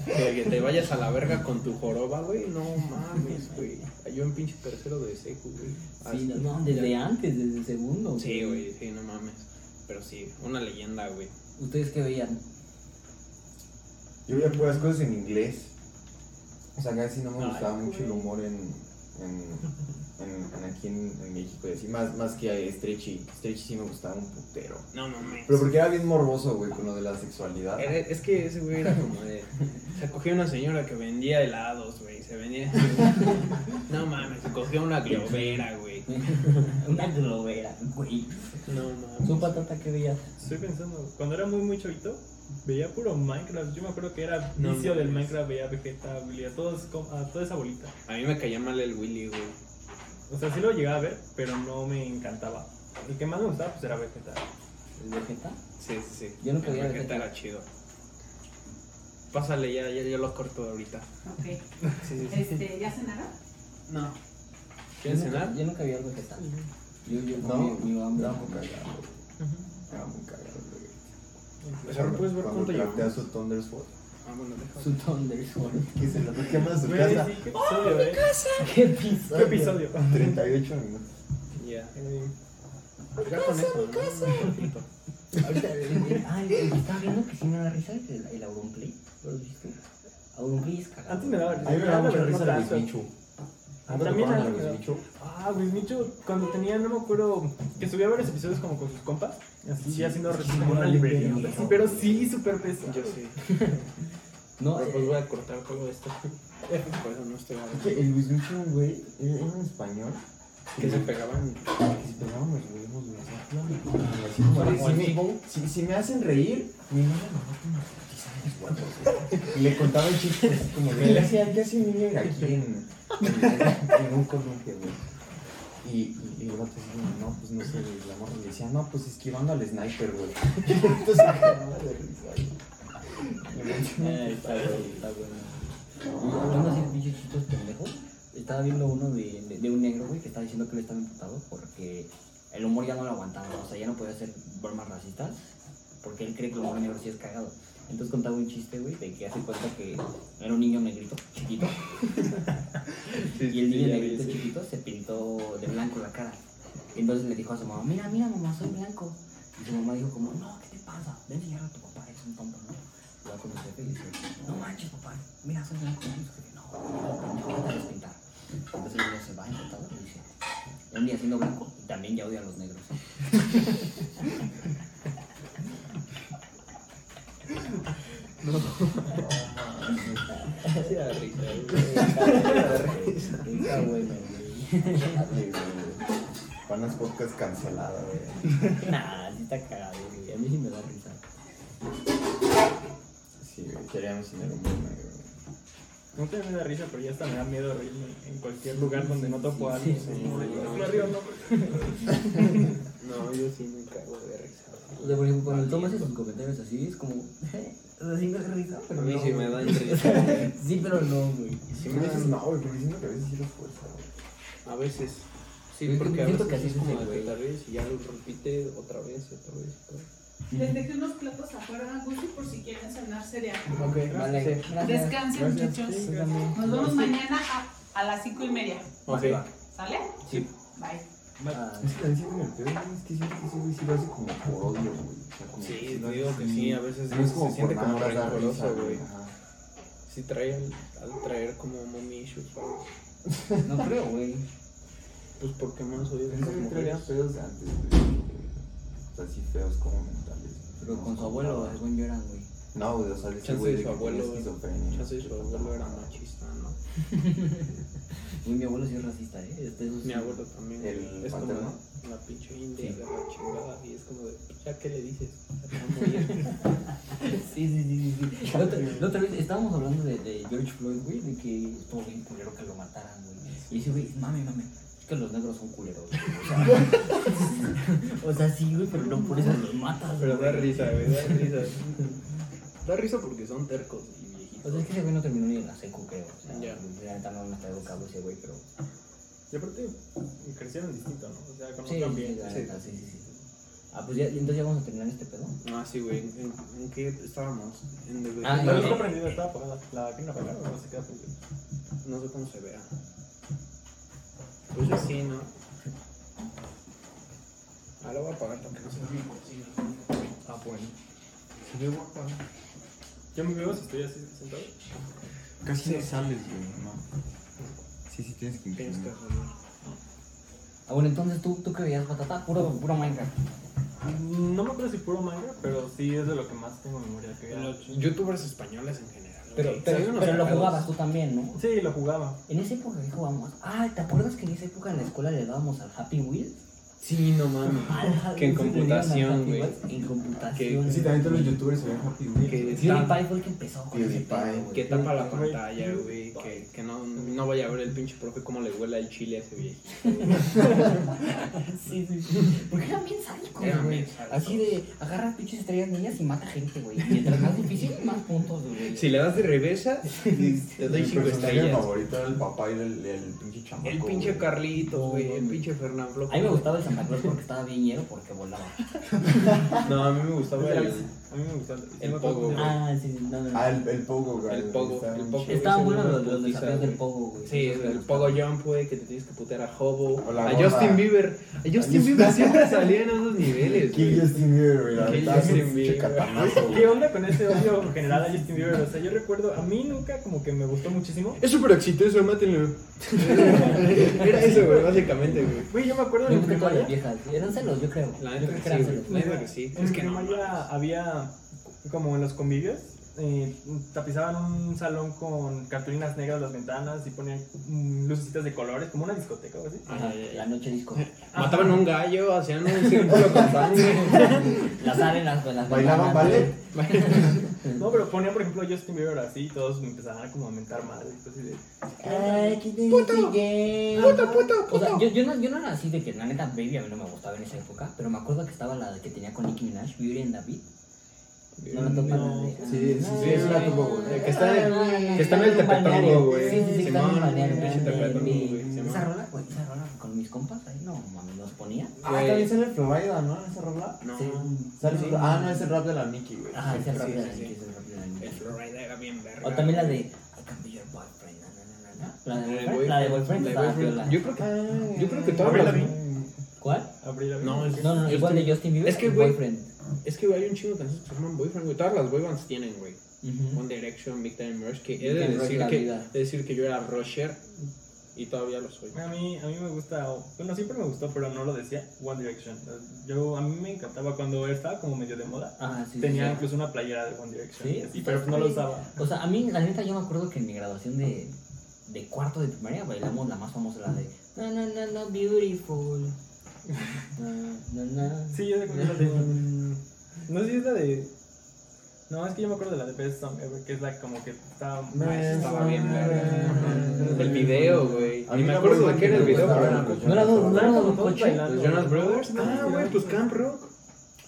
Speaker 2: que, que te vayas a la verga con tu joroba, güey. No mames, güey. Yo en pinche tercero de secu, güey.
Speaker 4: Sí,
Speaker 2: Así,
Speaker 4: no, desde
Speaker 2: ya.
Speaker 4: antes, desde el segundo.
Speaker 2: Sí, güey. Sí, no mames. Pero sí, una leyenda, güey.
Speaker 4: ¿Ustedes qué veían?
Speaker 1: Yo veía puras cosas en inglés. O sea, casi no me
Speaker 2: Ay,
Speaker 1: gustaba
Speaker 2: güey.
Speaker 1: mucho el humor en, en, en- en aquí en, en México. y así, Más, más que a Stretchy. Stretchy sí me gustaba un putero.
Speaker 2: No mames.
Speaker 1: Pero porque era bien morboso, güey, con lo de la sexualidad.
Speaker 2: Era- es que ese güey era como de. Se cogió una señora que vendía helados, güey. Se vendía. No mames, se cogió una globera, güey.
Speaker 4: Una globera, güey.
Speaker 2: No
Speaker 4: ¿Su
Speaker 2: mames.
Speaker 4: patata qué veías?
Speaker 5: Estoy pensando, cuando era muy, muy chavito, veía puro Minecraft. Yo me acuerdo que era
Speaker 2: No
Speaker 5: vicio del
Speaker 2: mames.
Speaker 5: Minecraft, veía Vegeta, Willy, a, todos, com- a toda esa bolita.
Speaker 2: A mí me caía mal el Willy, güey.
Speaker 5: O sea, sí lo llegaba a ver, pero no me encantaba. El que más me gustaba, pues era Vegeta.
Speaker 4: ¿El Vegeta?
Speaker 2: Sí, sí, sí.
Speaker 4: Yo nunca vi a
Speaker 2: El
Speaker 4: Vegeta.
Speaker 2: Vegeta era chido. Pásale, ya, ya, ya lo corto ahorita.
Speaker 6: Ok.
Speaker 2: Sí, sí, sí.
Speaker 6: Este, ¿Ya cenaron?
Speaker 2: No. ¿Quieres
Speaker 4: Yo nunca-
Speaker 2: cenar?
Speaker 4: Yo nunca vi al Vegeta. Yo, yo,
Speaker 1: No,
Speaker 4: mi- mi mamá.
Speaker 1: era muy cagado. güey. Era muy cagado, güey.
Speaker 2: Pues ahora puedes ver
Speaker 1: Cuando
Speaker 2: cuánto llevamos.
Speaker 1: craftea su Thunder Sword.
Speaker 2: Ah, bueno, déjame.
Speaker 4: Su Thunder Sword.
Speaker 1: Que se lo quema a su
Speaker 5: Güey,
Speaker 1: casa.
Speaker 5: sí, ¿Qué episodio, eh?
Speaker 4: ¿Qué piso?
Speaker 5: ¿Qué episodio?
Speaker 1: 38 minutos.
Speaker 2: Ya.
Speaker 5: Eh,
Speaker 2: Ya con eso, ¿no? Un ratito.
Speaker 4: Ahorita, ay, estaba viendo Ah, que sí me da risa el, el Auronplay. ¿Lo has visto? Auronplay es cagado.
Speaker 5: Antes me daba
Speaker 1: A mí me daba mucha risa
Speaker 5: la
Speaker 1: la Luis Michu. ¿No te
Speaker 5: También
Speaker 1: tocaban
Speaker 5: a-
Speaker 1: la Luis Michu?
Speaker 5: Ah, Luis Micho, cuando tenía, no me acuerdo, que subía varios episodios como con sus compas, así ya haciendo reseñas como una librería.
Speaker 4: librería.
Speaker 5: Sí, pero sí, súper pesado.
Speaker 2: Yo sí.
Speaker 4: No,
Speaker 2: Pero
Speaker 4: eh,
Speaker 2: pues voy a cortar todo esto. Por eso no estoy
Speaker 1: Es que el Luis Michu, güey, era un español.
Speaker 2: Que se pegaban.
Speaker 1: Que se pegaban los huevos, güey. Así como de,
Speaker 2: Como el
Speaker 1: si, me, si, si me hacen reír, mi mamá me mata una putiza de los huevos, güey. Y le contaba el chiste así como de, ¿qué hacía, qué hacía mi nigga aquí en, en, en un columpio, güey? Y, y, y el vato así como, no, pues no sé, y la morra le decía, no, pues esquivando al sniper, güey. Y entonces se cagaba de risa, güey. Le mencioné
Speaker 4: eh, está bueno, está bueno. Hablando así de pinches chistes pendejos, estaba viendo uno de, de, de un negro, güey, que estaba diciendo que él estaba imputado porque el humor ya no lo aguantaba, o sea, ya no podía hacer bromas racistas porque él cree que el humor negro sí es cagado. Entonces contaba un chiste, güey, de que hace cuenta que era un niño negrito, chiquito, Y el niño negrito chiquito se pintó de blanco la cara. Entonces le dijo a su mamá, mira, mira mamá, soy blanco. Y su mamá dijo como, no, ¿qué te pasa? Ven a enseñar a tu papá, es un tonto, ¿no? Y va con su jefe y le dice, no manches papá, mira, soy blanco. Y su jefe, no, no, no, no, no, pintar. Entonces el niño se va encantado y dice, un día siendo blanco, y también ya odia a los negros. Está bueno, güey.
Speaker 1: Ay, güey. Panas podcast cancelado, güey.
Speaker 4: Nah, sí está cagado, güey. A mí sí me da risa.
Speaker 1: Sí, güey, queríamos tener un buen negro, güey.
Speaker 5: Nunca me da risa, pero ya hasta me da miedo reírme en cualquier lugar donde no topo algo.
Speaker 4: Sí, sí,
Speaker 5: Sí,
Speaker 4: sí.
Speaker 5: no, me río, no.
Speaker 2: No, yo sí me cago de risa.
Speaker 4: O sea, por ejemplo, cuando el Tom hace sus comentarios así, es como. "Eh", O sea, sí me da risa,
Speaker 2: A
Speaker 4: pero.
Speaker 2: mí
Speaker 4: no,
Speaker 2: sí me
Speaker 4: güey.
Speaker 2: dan risa.
Speaker 4: Sí, pero no, güey.
Speaker 2: Sí
Speaker 1: Pero
Speaker 2: me
Speaker 1: dices,
Speaker 2: dan-
Speaker 1: no, güey, porque siento que a veces sí lo fuerza, güey.
Speaker 2: A veces. Sí,
Speaker 4: Yo
Speaker 2: porque a
Speaker 4: siento
Speaker 2: veces
Speaker 4: que así
Speaker 2: es
Speaker 4: es ese
Speaker 2: como de
Speaker 4: güey.
Speaker 2: que tal vez y ya lo repite otra vez, otra vez, otra vez.
Speaker 6: Les dejé unos platos afuera a gusto por si quieren cenar cereal.
Speaker 5: Ok,
Speaker 4: Vale, gracias.
Speaker 6: Descansen, muchachos. Nos vemos mañana a, a las cinco y media.
Speaker 2: Ok.
Speaker 6: ¿Sale?
Speaker 4: Sí.
Speaker 6: Bye.
Speaker 4: Ah,
Speaker 1: Es que la dicen en el pedo, güey, es que siento que ese güey sí lo hace como por odio, güey. O sea, como
Speaker 2: Sí,
Speaker 1: que lo
Speaker 2: te
Speaker 1: hace
Speaker 2: digo que
Speaker 1: así.
Speaker 2: sí, a veces
Speaker 1: No es
Speaker 2: se
Speaker 1: como
Speaker 2: siente
Speaker 1: por
Speaker 2: como
Speaker 1: nada da
Speaker 2: rencoroso,
Speaker 1: risa,
Speaker 2: güey.
Speaker 1: Ajá.
Speaker 2: Sí trae al, al traer como mommy issues, ¿sabes?
Speaker 4: No creo, güey.
Speaker 2: Pues porque más odio
Speaker 1: Ese
Speaker 2: las
Speaker 1: güey traía
Speaker 2: mujeres.
Speaker 1: feos de antes, güey. O sea, sí feos como mentales.
Speaker 4: Pero con su abuelo, según yo eran, güey.
Speaker 1: No, güey, o sea, ese
Speaker 2: Chance
Speaker 1: güey
Speaker 2: de
Speaker 1: de
Speaker 2: su
Speaker 1: que tenía
Speaker 2: abuelo-
Speaker 1: esquizofrenia.
Speaker 2: Ya sé, su abuelo era machista, ¿no?
Speaker 4: Güey, mi abuelo sí es racista, ¿eh? Este es
Speaker 2: Pues, Mi abuelo también.
Speaker 1: ¿El
Speaker 2: güey. es como
Speaker 1: paterno?
Speaker 2: la pinche india y de la chingada. Y es como de, ¿ya qué le dices? Ya te va a morir.
Speaker 4: Sí, sí, sí, sí, sí. La otra, la otra vez estábamos hablando de, de George Floyd, güey, de que estuvo bien culero que lo mataran, güey. Y ese güey, mame, mame, es que los negros son culeros, güey. O sea, o sea, sí, güey, pero no por eso los matas,
Speaker 2: Pero da
Speaker 4: güey.
Speaker 2: risa, güey, da risa. Da risa porque son tercos y viejitos.
Speaker 4: O sea, es que ese güey no terminó ni en la secu, creo. O sea,
Speaker 2: Ya.
Speaker 4: la neta no me está educado ese güey, pero...
Speaker 5: Y aparte, crecieron distinto, ¿no? O sea, con
Speaker 4: Sí,
Speaker 5: otro ambiente.
Speaker 4: la
Speaker 2: sí.
Speaker 4: neta, sí, sí, sí. Ah, pues ya, entonces ya vamos a terminar este pedo.
Speaker 2: Ah, sí, güey. ¿En, en qué estábamos? En The
Speaker 4: Ah,
Speaker 5: Pero
Speaker 2: Great-
Speaker 5: está prendido, estaba apagada. La máquina apagada, no se queda prendida.
Speaker 2: No sé cómo se vea. Pues yo sí, ¿no? Ahora voy a apagar para que no se vea.
Speaker 5: Ah, bueno. Yo me veo si estoy así sentado.
Speaker 1: Casi no sales, güey, no. Sí, sí, tienes que
Speaker 2: Tienes que
Speaker 1: inclinar.
Speaker 2: asomar.
Speaker 4: Ah, bueno, entonces tú, tú que veías patata, puro, puro Minecraft.
Speaker 5: No me acuerdo si puro manga, pero sí es de lo que más tengo memoria. Que era-
Speaker 2: Los youtubers españoles en general. güey.
Speaker 4: Pero,
Speaker 2: Salieron
Speaker 4: pero,
Speaker 2: unos
Speaker 4: pero lo
Speaker 2: sacados.
Speaker 4: jugabas tú también, ¿no?
Speaker 5: Sí, lo jugaba.
Speaker 4: En esa época que jugábamos. Ah, ¿te acuerdas que en esa época en la escuela le dábamos al Happy Wheels?
Speaker 2: Sí, no mames. Que en computación, güey.
Speaker 4: En
Speaker 2: Que-
Speaker 4: computación.
Speaker 1: Sí, también todos los youtubers se ven happy, güey.
Speaker 2: Que, está-
Speaker 4: PewDiePie fue el que empezó con ese
Speaker 1: PewDiePie,
Speaker 4: pedo, güey.
Speaker 2: que tapa la
Speaker 5: Güey.
Speaker 2: pantalla, güey. Que, que no, no vaya a ver el pinche profe cómo le huele el chile a ese viejito.
Speaker 4: Sí, sí, sí. Porque eran bien sádicos,
Speaker 2: Eran
Speaker 4: güey.
Speaker 2: bien sádicos.
Speaker 4: Así de agarra pinches estrellas niñas y mata gente, güey. Mientras más difícil, más puntos, güey.
Speaker 2: Si le das de reversa, te doy
Speaker 1: Mi
Speaker 2: 5
Speaker 1: personaje
Speaker 2: estrellas.
Speaker 1: favorito era el papá y el, el pinche chamaco.
Speaker 2: El pinche
Speaker 1: güey.
Speaker 2: Carlitos, güey. El
Speaker 4: No,
Speaker 2: pinche Fernán Flo.
Speaker 4: A mí me gustaba el Santa Claus porque estaba bien hiero porque volaba.
Speaker 2: Ah, No, a mí me gustaba el.
Speaker 5: A mí me gustaba.
Speaker 2: El Pogo, güey.
Speaker 4: Ah, sí, sí, no, no, no.
Speaker 1: Ah, el, el Pogo, güey.
Speaker 2: El Pogo, el Pogo.
Speaker 4: Estaban buenos
Speaker 2: Ese
Speaker 4: los, los
Speaker 2: putiza,
Speaker 4: desafíos del
Speaker 2: güey.
Speaker 4: Pogo, güey.
Speaker 2: Sí,
Speaker 4: Esos me
Speaker 2: el
Speaker 4: gustaban.
Speaker 2: Pogo Jump, güey, que te tienes que putear a Hobo.
Speaker 1: O la
Speaker 2: a
Speaker 1: bomba.
Speaker 2: Justin Bieber. A Justin
Speaker 1: Justin-
Speaker 2: Bieber siempre salía en esos niveles,
Speaker 1: Kill
Speaker 2: güey.
Speaker 1: Justin Bieber, güey. la
Speaker 2: Kill
Speaker 1: verdad,
Speaker 2: Justin
Speaker 1: es un pinche
Speaker 2: Bieber.
Speaker 1: catanazo, güey.
Speaker 5: ¿Qué onda con ese odio general a Justin Bieber? O sea, yo recuerdo, a mí nunca como que me gustó muchísimo.
Speaker 2: Es súper exitoso, mátenlo. Era eso, güey, básicamente, güey.
Speaker 5: Güey, yo me acuerdo
Speaker 4: Yo
Speaker 5: en mi
Speaker 4: creo que todas las
Speaker 5: primaria.
Speaker 4: viejas. Eran celos, yo creo.
Speaker 2: La
Speaker 4: Yo
Speaker 2: neta
Speaker 4: creo
Speaker 2: que
Speaker 4: eran
Speaker 2: sí, güey.
Speaker 4: celos.
Speaker 2: La neta que sí.
Speaker 5: En
Speaker 2: Es
Speaker 5: mi
Speaker 2: que no.
Speaker 5: primaria
Speaker 2: mames.
Speaker 5: había, como en los convivios, eh, tapizaban un salón con cartulinas negras las ventanas y ponían mm, lucecitas de colores, como una discoteca o así.
Speaker 4: Ajá,
Speaker 2: Ajá, ya,
Speaker 4: Eh, La
Speaker 2: ya.
Speaker 4: noche disco.
Speaker 2: Mataban a un gallo, hacían un círculo con sangre.
Speaker 4: Las arenas, las las
Speaker 1: Bailaban
Speaker 4: bananas,
Speaker 1: ballet.
Speaker 4: güey.
Speaker 5: No, pero ponía, por ejemplo, Justin Bieber así y todos me empezaban a como a mentar madre. Así de,
Speaker 4: Ay, ¿quién es
Speaker 2: Puto.
Speaker 4: este gay?
Speaker 2: Puto, puto,
Speaker 4: O sea,
Speaker 2: puto.
Speaker 4: yo, yo, no, yo no era así de que la neta Baby a mí no me gustaba en esa época, pero me acuerdo que estaba la de que tenía con Nicki Minaj, Beauty and David. No la
Speaker 2: Mm,
Speaker 4: topan
Speaker 5: No,
Speaker 4: la de-
Speaker 1: sí, sí, sí,
Speaker 2: es la
Speaker 1: tupo, güey.
Speaker 2: Que está
Speaker 4: en-
Speaker 2: que está en el
Speaker 4: un balneario.
Speaker 2: Tepetongo, güey.
Speaker 4: Sí, sí, sí, está en el
Speaker 2: Simón,
Speaker 4: balneario,
Speaker 2: el pinche
Speaker 4: grande,
Speaker 2: Tepetongo,
Speaker 4: mi-
Speaker 2: güey, Simón.
Speaker 4: Esa rola, güey, esa rola con mis compas, ahí no, mami, los ponía.
Speaker 1: Ah, también sale Florida, ¿no? En esa rola.
Speaker 2: No.
Speaker 4: Sí.
Speaker 1: Sale Flo- Ah, no, es el rap de la Nicki, güey.
Speaker 4: Ajá, ese
Speaker 2: Sí,
Speaker 4: rap de
Speaker 2: sí,
Speaker 4: la
Speaker 2: sí.
Speaker 4: Nicki, ese rap de la Nicki.
Speaker 2: El Florida era bien verga.
Speaker 4: O también la de
Speaker 2: güey.
Speaker 4: I can be your boyfriend, na, na, na, na, na. La de
Speaker 2: Eh,
Speaker 4: boyfriend,
Speaker 2: güey,
Speaker 4: la de boyfriend,
Speaker 2: la de
Speaker 4: estaba Ah.
Speaker 2: Boyfriend.
Speaker 4: piola.
Speaker 2: Yo creo que. Yo creo que todas
Speaker 5: Avril
Speaker 2: las-
Speaker 5: Lavigne.
Speaker 4: ¿Cuál?
Speaker 5: Avril Lavigne.
Speaker 2: No, es-
Speaker 4: No, no, no, igual de Justin Bieber.
Speaker 2: Es que,
Speaker 4: el
Speaker 2: güey,
Speaker 4: Boyfriend.
Speaker 2: Es que güey, hay un chingo de canciones que se llaman Boyfriend, güey. Todas las boybands tienen, güey.
Speaker 4: Ujú.
Speaker 2: One Direction, Big Time Rush, que
Speaker 4: Big
Speaker 2: he de
Speaker 4: Time Rush
Speaker 2: decir
Speaker 4: la
Speaker 2: que,
Speaker 4: vida. Ah.
Speaker 2: he de decir que yo era Rusher y todavía lo soy.
Speaker 5: A mí, a mí me gusta, o- bueno, siempre me gustó, pero no lo decía, One Direction. Yo, a mí me encantaba cuando estaba como medio de moda.
Speaker 4: Ajá, sí, sí,
Speaker 5: tenía
Speaker 4: sí.
Speaker 5: incluso una playera de One Direction.
Speaker 4: Sí,
Speaker 5: y así,
Speaker 4: sí,
Speaker 5: pero
Speaker 4: sí.
Speaker 5: no lo usaba.
Speaker 4: O sea, a mí, la neta, yo me acuerdo que en mi graduación de, de cuarto de primaria bailamos la más famosa, la de No, no, no, no, beautiful.
Speaker 5: Sí, yo recuerdo la de.
Speaker 2: Mm.
Speaker 5: No sé si es la de. No, es que yo me acuerdo de la de Best Song Ever, que es la como que estaba.
Speaker 2: Estaba bien,
Speaker 4: Ah.
Speaker 5: verga.
Speaker 2: El video, güey.
Speaker 1: A
Speaker 2: Ni
Speaker 1: mí
Speaker 2: me
Speaker 1: me
Speaker 2: acuerdo
Speaker 1: acuerdo
Speaker 2: de qué era el
Speaker 1: que me
Speaker 2: video,
Speaker 1: gustaba
Speaker 2: pero
Speaker 1: la
Speaker 2: pues,
Speaker 1: canción.
Speaker 4: No era
Speaker 5: No,
Speaker 4: dos, no
Speaker 5: no,
Speaker 4: era
Speaker 5: no,
Speaker 4: dos un coche.
Speaker 5: Pues
Speaker 2: ¿Los Jonas Brothers? Ah, güey, pues Camp Rock.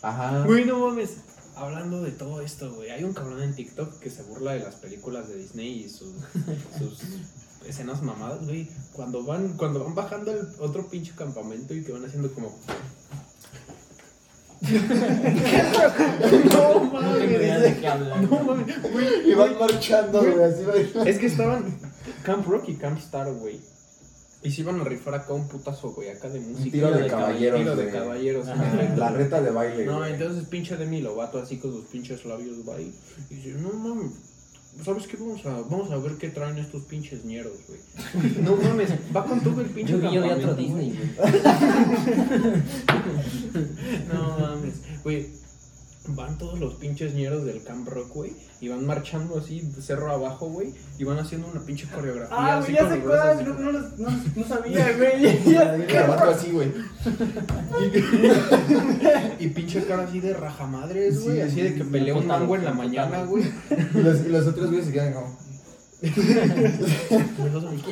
Speaker 1: Ajá.
Speaker 2: Güey, no mames. Ah. Hablando de todo esto, güey, hay un cabrón en TikTok que se burla de las películas de Disney y sus, sus escenas mamadas, güey. Cuando van, cuando van bajando el otro pinche campamento y que van haciendo como. no mames. No mames.
Speaker 1: Y van marchando, güey, así va.
Speaker 2: Es que estaban Camp Rock y Camp Star, güey. Y se iban a rifar acá un putazo, güey, acá de música.
Speaker 1: tiro de
Speaker 2: caba-
Speaker 1: caballeros,
Speaker 2: Tiro de
Speaker 1: güey.
Speaker 2: caballeros.
Speaker 1: Ajá, La reta de baile.
Speaker 2: No,
Speaker 1: güey.
Speaker 2: entonces pinche Demi Lovato así con sus pinches labios va y y dice, no mames, ¿sabes qué? Vamos a, vamos a ver qué traen estos pinches ñeros, güey. No mames, va con todo el pinche
Speaker 4: Yo vi yo vi
Speaker 2: campamento,
Speaker 4: otro
Speaker 2: güey.
Speaker 4: Disney, güey.
Speaker 2: No mames, güey. Van todos los pinches ñeros del Camp Rock, güey, y van marchando así cerro abajo, güey, y van haciendo una pinche coreografía.
Speaker 5: Ah,
Speaker 2: así
Speaker 5: güey, ya
Speaker 2: con
Speaker 5: sé
Speaker 2: los brazos
Speaker 5: cuál.
Speaker 2: así.
Speaker 5: No, no, los- no, no sabía, güey. Ya sé
Speaker 1: Ahí
Speaker 5: cuál.
Speaker 1: grabando así, güey.
Speaker 2: Y pinche cara así de rajamadres, güey,
Speaker 1: Sí,
Speaker 2: así de que pelea un mango en la mañana, güey.
Speaker 1: Y los, y los otros güeyes se quedan como.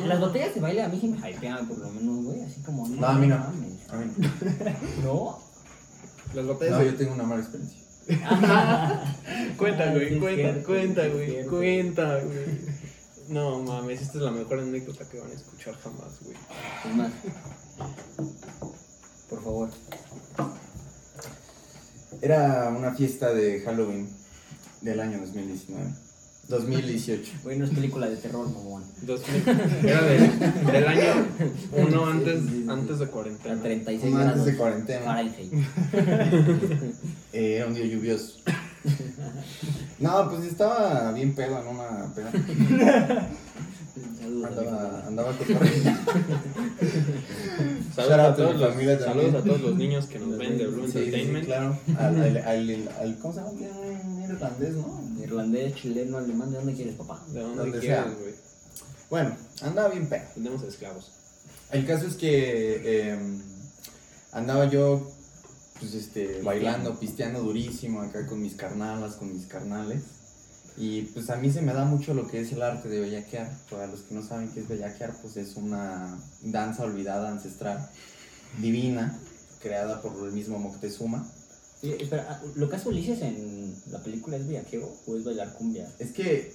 Speaker 4: Las botellas de baile a mí sí me hypean, por lo menos, güey. Así como.
Speaker 1: No, a mí no.
Speaker 4: mames.
Speaker 1: A mí no.
Speaker 4: ¿No?
Speaker 2: Las botellas
Speaker 1: No,
Speaker 2: de
Speaker 1: yo tengo una mala experiencia.
Speaker 2: Cuenta,
Speaker 4: Ah,
Speaker 2: güey,
Speaker 4: sí es
Speaker 2: cuenta,
Speaker 4: cierto,
Speaker 2: cuenta,
Speaker 4: sí es
Speaker 2: güey,
Speaker 4: cierto.
Speaker 2: cuenta, güey. No mames, esta es la mejor anécdota que van a escuchar jamás, güey.
Speaker 4: Es Pues más. Por favor.
Speaker 1: Era una fiesta de Halloween del año 2019. 2018.
Speaker 4: Güey, no es película de terror, mamón.
Speaker 2: Dos Era del, del año uno antes,
Speaker 4: Sí, sí, sí.
Speaker 2: antes de
Speaker 4: Era
Speaker 2: cuarentena.
Speaker 4: 36
Speaker 1: Antes
Speaker 4: grados.
Speaker 1: de cuarentena.
Speaker 4: Fahrenheit.
Speaker 1: Eh, era un día lluvioso. No, pues estaba bien pedo en una peda.
Speaker 4: Saludos.
Speaker 1: Andaba,
Speaker 4: amigo.
Speaker 1: andaba cotorreando.
Speaker 2: Saludos,
Speaker 1: Shout out
Speaker 2: a
Speaker 1: a
Speaker 2: todos
Speaker 1: mi
Speaker 2: los,
Speaker 1: familia también.
Speaker 2: saludos a todos los niños que nos ven de Blue
Speaker 1: Sí, sí,
Speaker 2: Entertainment.
Speaker 1: claro. Al, al, al, al- ¿Cómo se llama? Un irlandés, ¿no?
Speaker 4: Irlandés, chileno, alemán, ¿de dónde quieres, papá?
Speaker 2: De donde
Speaker 1: Donde sea.
Speaker 2: quieras, güey.
Speaker 1: Bueno, andaba bien pedo.
Speaker 2: Tenemos esclavos.
Speaker 1: El caso es que eh, andaba yo, pues, este, bailando, pisteando durísimo acá con mis carnalas, con mis carnales. Y pues a mí se me da mucho lo que es el arte de bellaquear. Para los que no saben qué es bellaquear, pues es una danza olvidada ancestral, divina, creada por el mismo Moctezuma.
Speaker 4: Sí, espera, ah, ¿lo que hace Ulises en la película es bellaqueo o es bailar cumbia?
Speaker 1: Es que,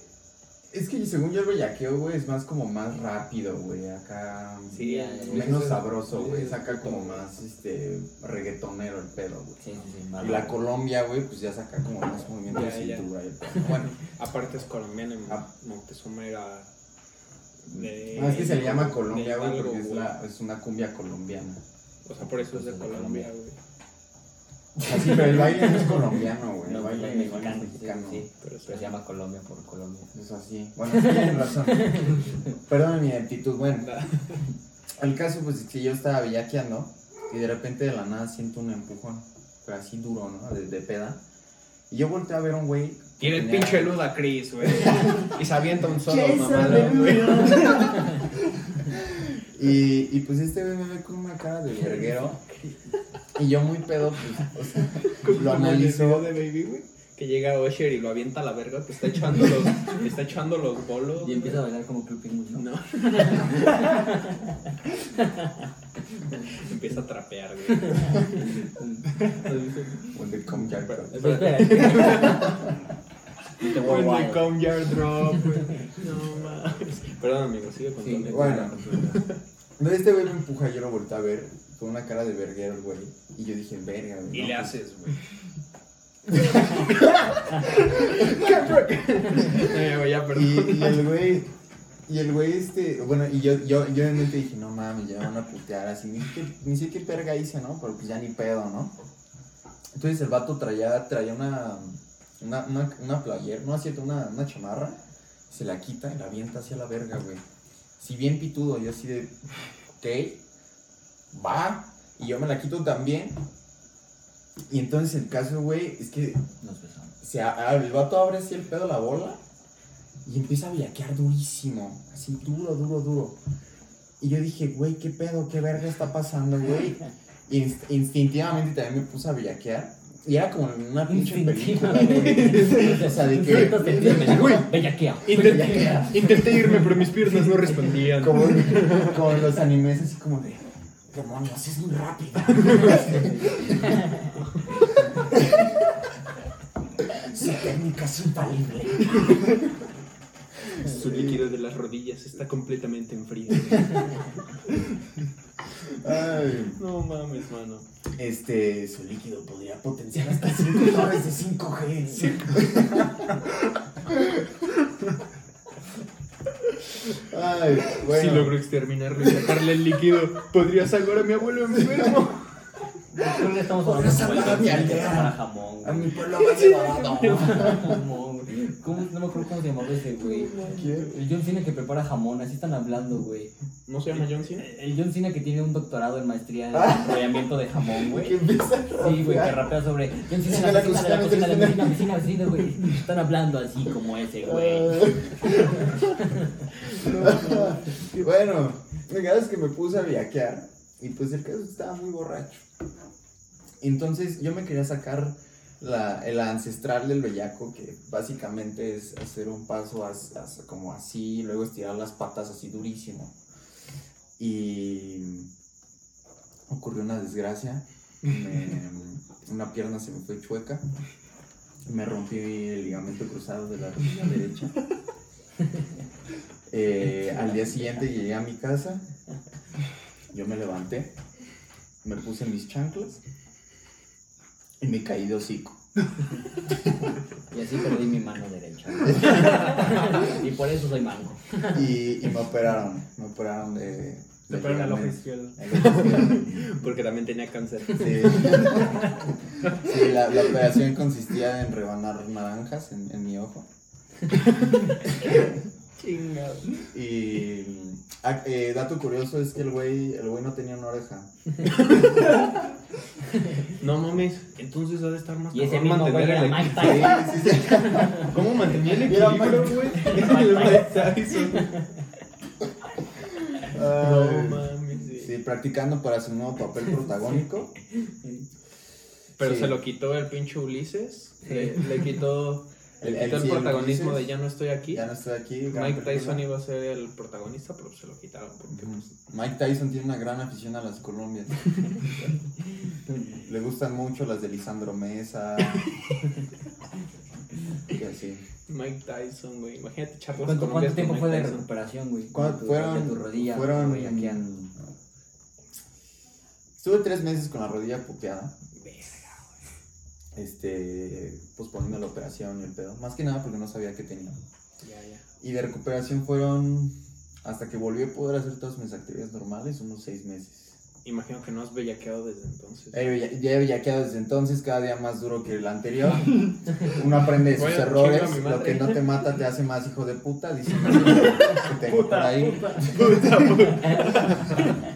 Speaker 1: es que según yo el bellaqueo, güey, es más como más rápido, güey, acá...
Speaker 2: Sí,
Speaker 4: ya, ya.
Speaker 1: Menos sabroso, güey, es acá
Speaker 2: saca
Speaker 1: como más, este, reggaetonero el pedo, güey.
Speaker 4: Sí, sí, sí.
Speaker 1: Y la Colombia, güey, pues ya saca como más movimiento de
Speaker 2: Ya, ya.
Speaker 1: cintura. y todo. Bueno,
Speaker 2: Aparte es colombiano,
Speaker 1: Ah.
Speaker 2: Moctezuma era de...
Speaker 1: no, Ah, es que se le llama
Speaker 2: de
Speaker 1: Colombia, güey,
Speaker 2: Hidalgo,
Speaker 1: porque es, la, es una cumbia colombiana.
Speaker 2: O sea, por eso es de Colombia, güey.
Speaker 1: Así, pero el baile no es colombiano, güey. El
Speaker 4: No,
Speaker 1: baile
Speaker 4: baile
Speaker 1: el baile es
Speaker 4: mexicano.
Speaker 1: mexicano.
Speaker 4: Sí, sí.
Speaker 2: Pero
Speaker 1: Pues
Speaker 4: Pero se llama Colombia por Colombia.
Speaker 1: Es así. Bueno, tienen razón. Perdón mi actitud. Bueno, el caso, pues, es que yo estaba bellaqueando y de repente de la nada siento un empujón, pero así duro, ¿no? De, de peda. Y yo volteé a ver a un güey. que
Speaker 2: Tiene el
Speaker 1: tenía-
Speaker 2: pinche luda Chris, güey. Y se avienta un solo mamada, güey.
Speaker 1: Y, y pues este güey me ve con una cara de verguero. Y yo muy pedo, pues, o sea, lo
Speaker 2: Como en el video
Speaker 1: analizó.
Speaker 2: de Baby, güey. Que llega Osher y lo avienta a la verga, que está echando los, que está echando los bolos.
Speaker 4: Y empieza a
Speaker 2: güey.
Speaker 4: bailar como Club ¿no?
Speaker 2: No. empieza a trapear, güey.
Speaker 1: When they come jack,
Speaker 2: Espera,
Speaker 1: bro.
Speaker 4: Pero
Speaker 2: espera.
Speaker 4: espera. Te voy
Speaker 2: When they
Speaker 4: wild.
Speaker 2: come your drop, güey. No mames. Perdón, amigo, sigue con tu
Speaker 4: Sí,
Speaker 2: anécdota.
Speaker 1: bueno. Entonces este güey me empuja, yo lo volteé a ver con una cara de verguero el güey. Y yo dije, verga, güey.
Speaker 2: Y
Speaker 1: no,
Speaker 2: le
Speaker 1: pues,
Speaker 2: haces, güey. Eh, güey, ya, perdón.
Speaker 1: Y, y el güey, y el güey este, bueno, y yo, yo, yo en mente dije, no mames, ya van a putear así, ni, qué- ni sé qué perga hice, ¿no? Pero pues ya ni pedo, ¿no? Entonces el vato traía, traía una, una, una, una player, no, es cierto, una, una chamarra, se la quita y la avienta hacia la verga, güey. Si bien pitudo, yo así de, ok, va, y yo me la quito también. Y entonces el caso, güey, es que
Speaker 4: Nos besamos.
Speaker 1: se a- a- el vato abre así el pedo la bola y empieza a bellaquear durísimo, así duro, duro, duro. Y yo dije, güey, ¿qué pedo? ¿Qué verga está pasando, güey?
Speaker 3: inst- instintivamente también me puse a bellaquear. Y era como en una pinche película. güey. o sea, de que. Güey,
Speaker 4: Bellaquea.
Speaker 3: bellaquea.
Speaker 2: intenté irme, pero mis piernas no respondían.
Speaker 3: Como, como los animes, así como de. Demonios, es muy rápido. Su técnica es infalible.
Speaker 2: Su líquido de las rodillas está completamente en frío.
Speaker 3: Ay,
Speaker 2: No mames, mano.
Speaker 3: este, su líquido podría potenciar hasta 5 torres de 5G. Ay,
Speaker 2: Si logro exterminarlo y sacarle el líquido, podría salvar a mi abuelo enfermo.
Speaker 4: Creo que estamos
Speaker 3: Podría
Speaker 4: hablando
Speaker 3: salvar a
Speaker 4: como
Speaker 3: mi
Speaker 4: el
Speaker 3: aldea.
Speaker 4: para jamón, güey.
Speaker 3: a mi pueblo me ha llevado.
Speaker 4: Jamón, güey. ¿Cómo- No me acuerdo cómo se llamaba ese, güey. El John Cena que prepara jamón, así están hablando, güey.
Speaker 2: ¿No se llama John Cena?
Speaker 4: El John Cena que tiene un doctorado en maestría en
Speaker 3: Ah.
Speaker 4: desarrollamiento de jamón, güey.
Speaker 3: Que empieza a
Speaker 4: Sí, güey, que
Speaker 3: rapear.
Speaker 4: rapea sobre. John
Speaker 3: Sí,
Speaker 4: Cena,
Speaker 3: la
Speaker 4: la vecina, la
Speaker 3: cocina,
Speaker 4: vecina, la
Speaker 3: la
Speaker 4: vecina, vecina, vecina, güey. Están hablando así como ese, güey.
Speaker 3: Ah. Eh, bueno, la caso es que me puse a viaquear y pues el caso estaba muy borracho. Entonces yo me quería sacar la, el ancestral del bellaco, que básicamente es hacer un paso as- as- como así, y luego estirar las patas así durísimo. Y ocurrió una desgracia, me- una pierna se me fue chueca, me rompí el ligamento cruzado de la rodilla derecha. Eh, al día siguiente llegué a mi casa, yo me levanté, me puse mis chanclas y me caí de hocico.
Speaker 4: Y así perdí mi mano derecha. Y por eso soy mango.
Speaker 3: Y, y me operaron, me operaron de... de
Speaker 5: Te ponen al ojo
Speaker 3: ligamento.
Speaker 5: izquierdo.
Speaker 3: El ojo izquierdo.
Speaker 2: Porque también tenía cáncer.
Speaker 3: Sí, Sí, la, la operación consistía en rebanar naranjas en, en mi ojo. Y ah, eh, dato curioso es que el güey, el güey no tenía una oreja.
Speaker 2: No mames, entonces ha de estar más
Speaker 4: Y ese
Speaker 2: cabrón
Speaker 4: mismo güey era
Speaker 2: el equi-
Speaker 4: Mike Tyson.
Speaker 3: Sí, sí, sí.
Speaker 2: ¿Cómo mantenía el
Speaker 3: Era
Speaker 2: equilibrio,
Speaker 3: Mike-
Speaker 2: güey?
Speaker 4: Mike
Speaker 2: Era Mike Tyson. Ah,
Speaker 3: Ay.
Speaker 5: mames,
Speaker 3: Eh, Sí, practicando para su nuevo papel protagónico.
Speaker 2: Pero
Speaker 3: Sí.
Speaker 2: se lo quitó el pinche Ulises. Le, le quitó
Speaker 3: El-
Speaker 2: le
Speaker 3: el-
Speaker 2: quitó el,
Speaker 3: sí, el
Speaker 2: protagonismo
Speaker 3: Ulises.
Speaker 2: de Ya no estoy aquí.
Speaker 3: Ya no estoy aquí. gran
Speaker 2: Mike
Speaker 3: película.
Speaker 2: Tyson iba a ser el protagonista, pero se lo quitaron. Porque,
Speaker 3: Ujú.
Speaker 2: pues,
Speaker 3: Mike Tyson tiene una gran afición a las Colombias. Le gustan mucho las de Lisandro Mesa. Y así.
Speaker 2: Mike Tyson, güey. Imagínate charlas
Speaker 4: ¿Cuánto,
Speaker 2: colombianas
Speaker 4: cuánto
Speaker 2: con
Speaker 4: tiempo
Speaker 2: Mike
Speaker 4: fue de
Speaker 2: Tyson.
Speaker 4: recuperación, güey?
Speaker 3: ¿Cuál-
Speaker 4: Tu-
Speaker 3: fueron-
Speaker 4: de tu rodilla,
Speaker 3: fueron-
Speaker 4: güey, aquí en-
Speaker 3: Estuve tres meses con la rodilla puteada. Este, posponiendo la operación y el pedo. Más que nada porque no sabía qué tenía.
Speaker 2: Ya, ya.
Speaker 3: Y de recuperación fueron, hasta que volví a poder hacer todas mis actividades normales, unos seis meses.
Speaker 2: Imagino que no has bellaqueado desde entonces.
Speaker 3: He bella- Ya he bellaqueado desde entonces, cada día más duro que el anterior. Uno aprende de sus
Speaker 2: Bueno,
Speaker 3: errores.
Speaker 2: chinga mi
Speaker 3: Lo
Speaker 2: madre.
Speaker 3: que no te mata te hace más hijo de puta. Dicen que tengo por ahí.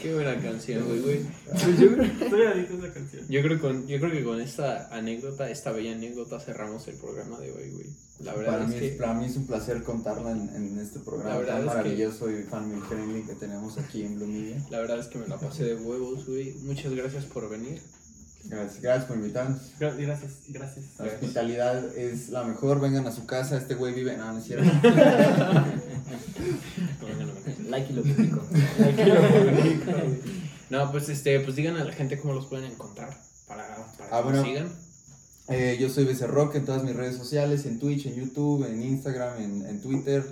Speaker 2: Qué buena canción, güey, güey. Pues yo, creo-
Speaker 5: Estoy adicto a esa canción.
Speaker 2: yo creo con, yo creo que con esta anécdota, esta bella anécdota, cerramos el programa de hoy, güey. La verdad
Speaker 3: Para
Speaker 2: es
Speaker 3: mí,
Speaker 2: que.
Speaker 3: es, para mí es un placer contarla en, en este
Speaker 2: La
Speaker 3: programa
Speaker 2: verdad
Speaker 3: tan
Speaker 2: es que-
Speaker 3: maravilloso y family friendly que tenemos aquí en Blue Media.
Speaker 2: La verdad es que me la pasé de huevos, güey. Muchas gracias por venir.
Speaker 3: Gracias, gracias por invitarnos.
Speaker 5: Gra- Gracias, gracias.
Speaker 3: La hospitalidad es la mejor. Vengan a su casa. Este güey vive. No, no es cierto.
Speaker 2: No, no, no, no.
Speaker 4: Like y lo publico.
Speaker 2: No, pues este, pues digan a la gente cómo los pueden encontrar para, para que
Speaker 3: Ah, bueno.
Speaker 2: nos sigan.
Speaker 3: Eh, yo soy Becerrock en todas mis redes sociales, en Twitch, en YouTube, en Instagram, en, en Twitter,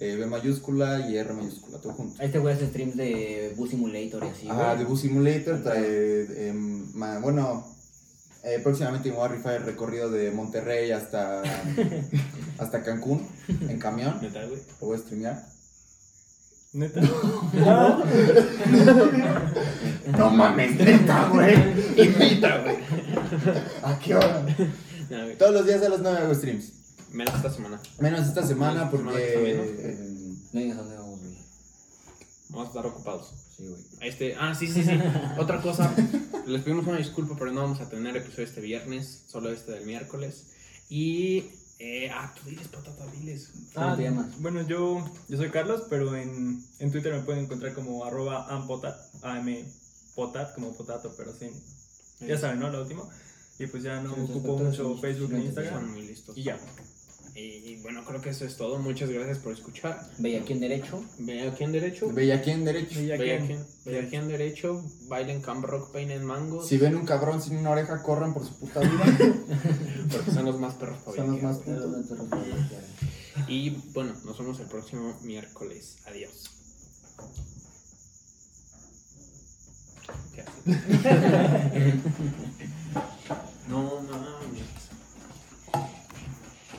Speaker 3: eh, B mayúscula y R mayúscula, todo junto.
Speaker 4: Este güey hace streams de Bus Simulator y así.
Speaker 3: Ajá,
Speaker 4: güey.
Speaker 3: The Bus Simulator trae, em, ma- bueno, eh, próximamente me voy a rifar el recorrido de Monterrey hasta, hasta Cancún en camión,
Speaker 2: Neta, güey.
Speaker 3: lo voy a streamear.
Speaker 5: Neta. Ah,
Speaker 3: No mames, neta, güey, invita, güey. ¿A qué hora?
Speaker 2: No, güey.
Speaker 3: Todos los días a las 9 hago streams,
Speaker 2: Menos esta semana.
Speaker 3: menos esta semana
Speaker 2: Semana que
Speaker 3: porque...
Speaker 2: está
Speaker 3: em,
Speaker 4: No digas dónde vamos, güey.
Speaker 2: Vamos a estar ocupados.
Speaker 4: Sí, güey.
Speaker 2: Este, ah, sí, sí, sí. Otra cosa. Les pedimos una disculpa, pero no vamos a tener episodio este viernes, solo este del miércoles. Y. Eh, ah, tú diles patata, diles.
Speaker 4: ¿Cómo te llamas?
Speaker 5: Ah, Bueno, yo, yo soy Carlos, pero en, en Twitter me pueden encontrar como arroba ampotat, a m potat como potato, pero sí.
Speaker 2: Sí.
Speaker 5: Ya saben, ¿no? Lo último. Y pues ya no
Speaker 4: Sí, entonces,
Speaker 5: ocupo
Speaker 4: todos
Speaker 5: mucho
Speaker 4: somos
Speaker 5: Facebook ni
Speaker 4: gigantes,
Speaker 5: Instagram.
Speaker 2: Son muy listos.
Speaker 5: Y ya.
Speaker 2: Y, y bueno, creo que eso es todo. Muchas gracias por escuchar.
Speaker 4: Veía aquí en derecho.
Speaker 2: Ve aquí en derecho.
Speaker 1: Veía aquí en derecho.
Speaker 5: Y ya
Speaker 2: Ve
Speaker 5: que-
Speaker 2: aquí, ve aquí en derecho. Bailen camp rock, peinen mangos.
Speaker 1: Si ven un cabrón sin una oreja, corran por su puta vida.
Speaker 2: Porque son los más perros para
Speaker 1: Son los
Speaker 2: bailar,
Speaker 1: más
Speaker 2: güey.
Speaker 1: putos.
Speaker 2: Y bueno, nos vemos el próximo miércoles. Adiós. ¿Qué haces?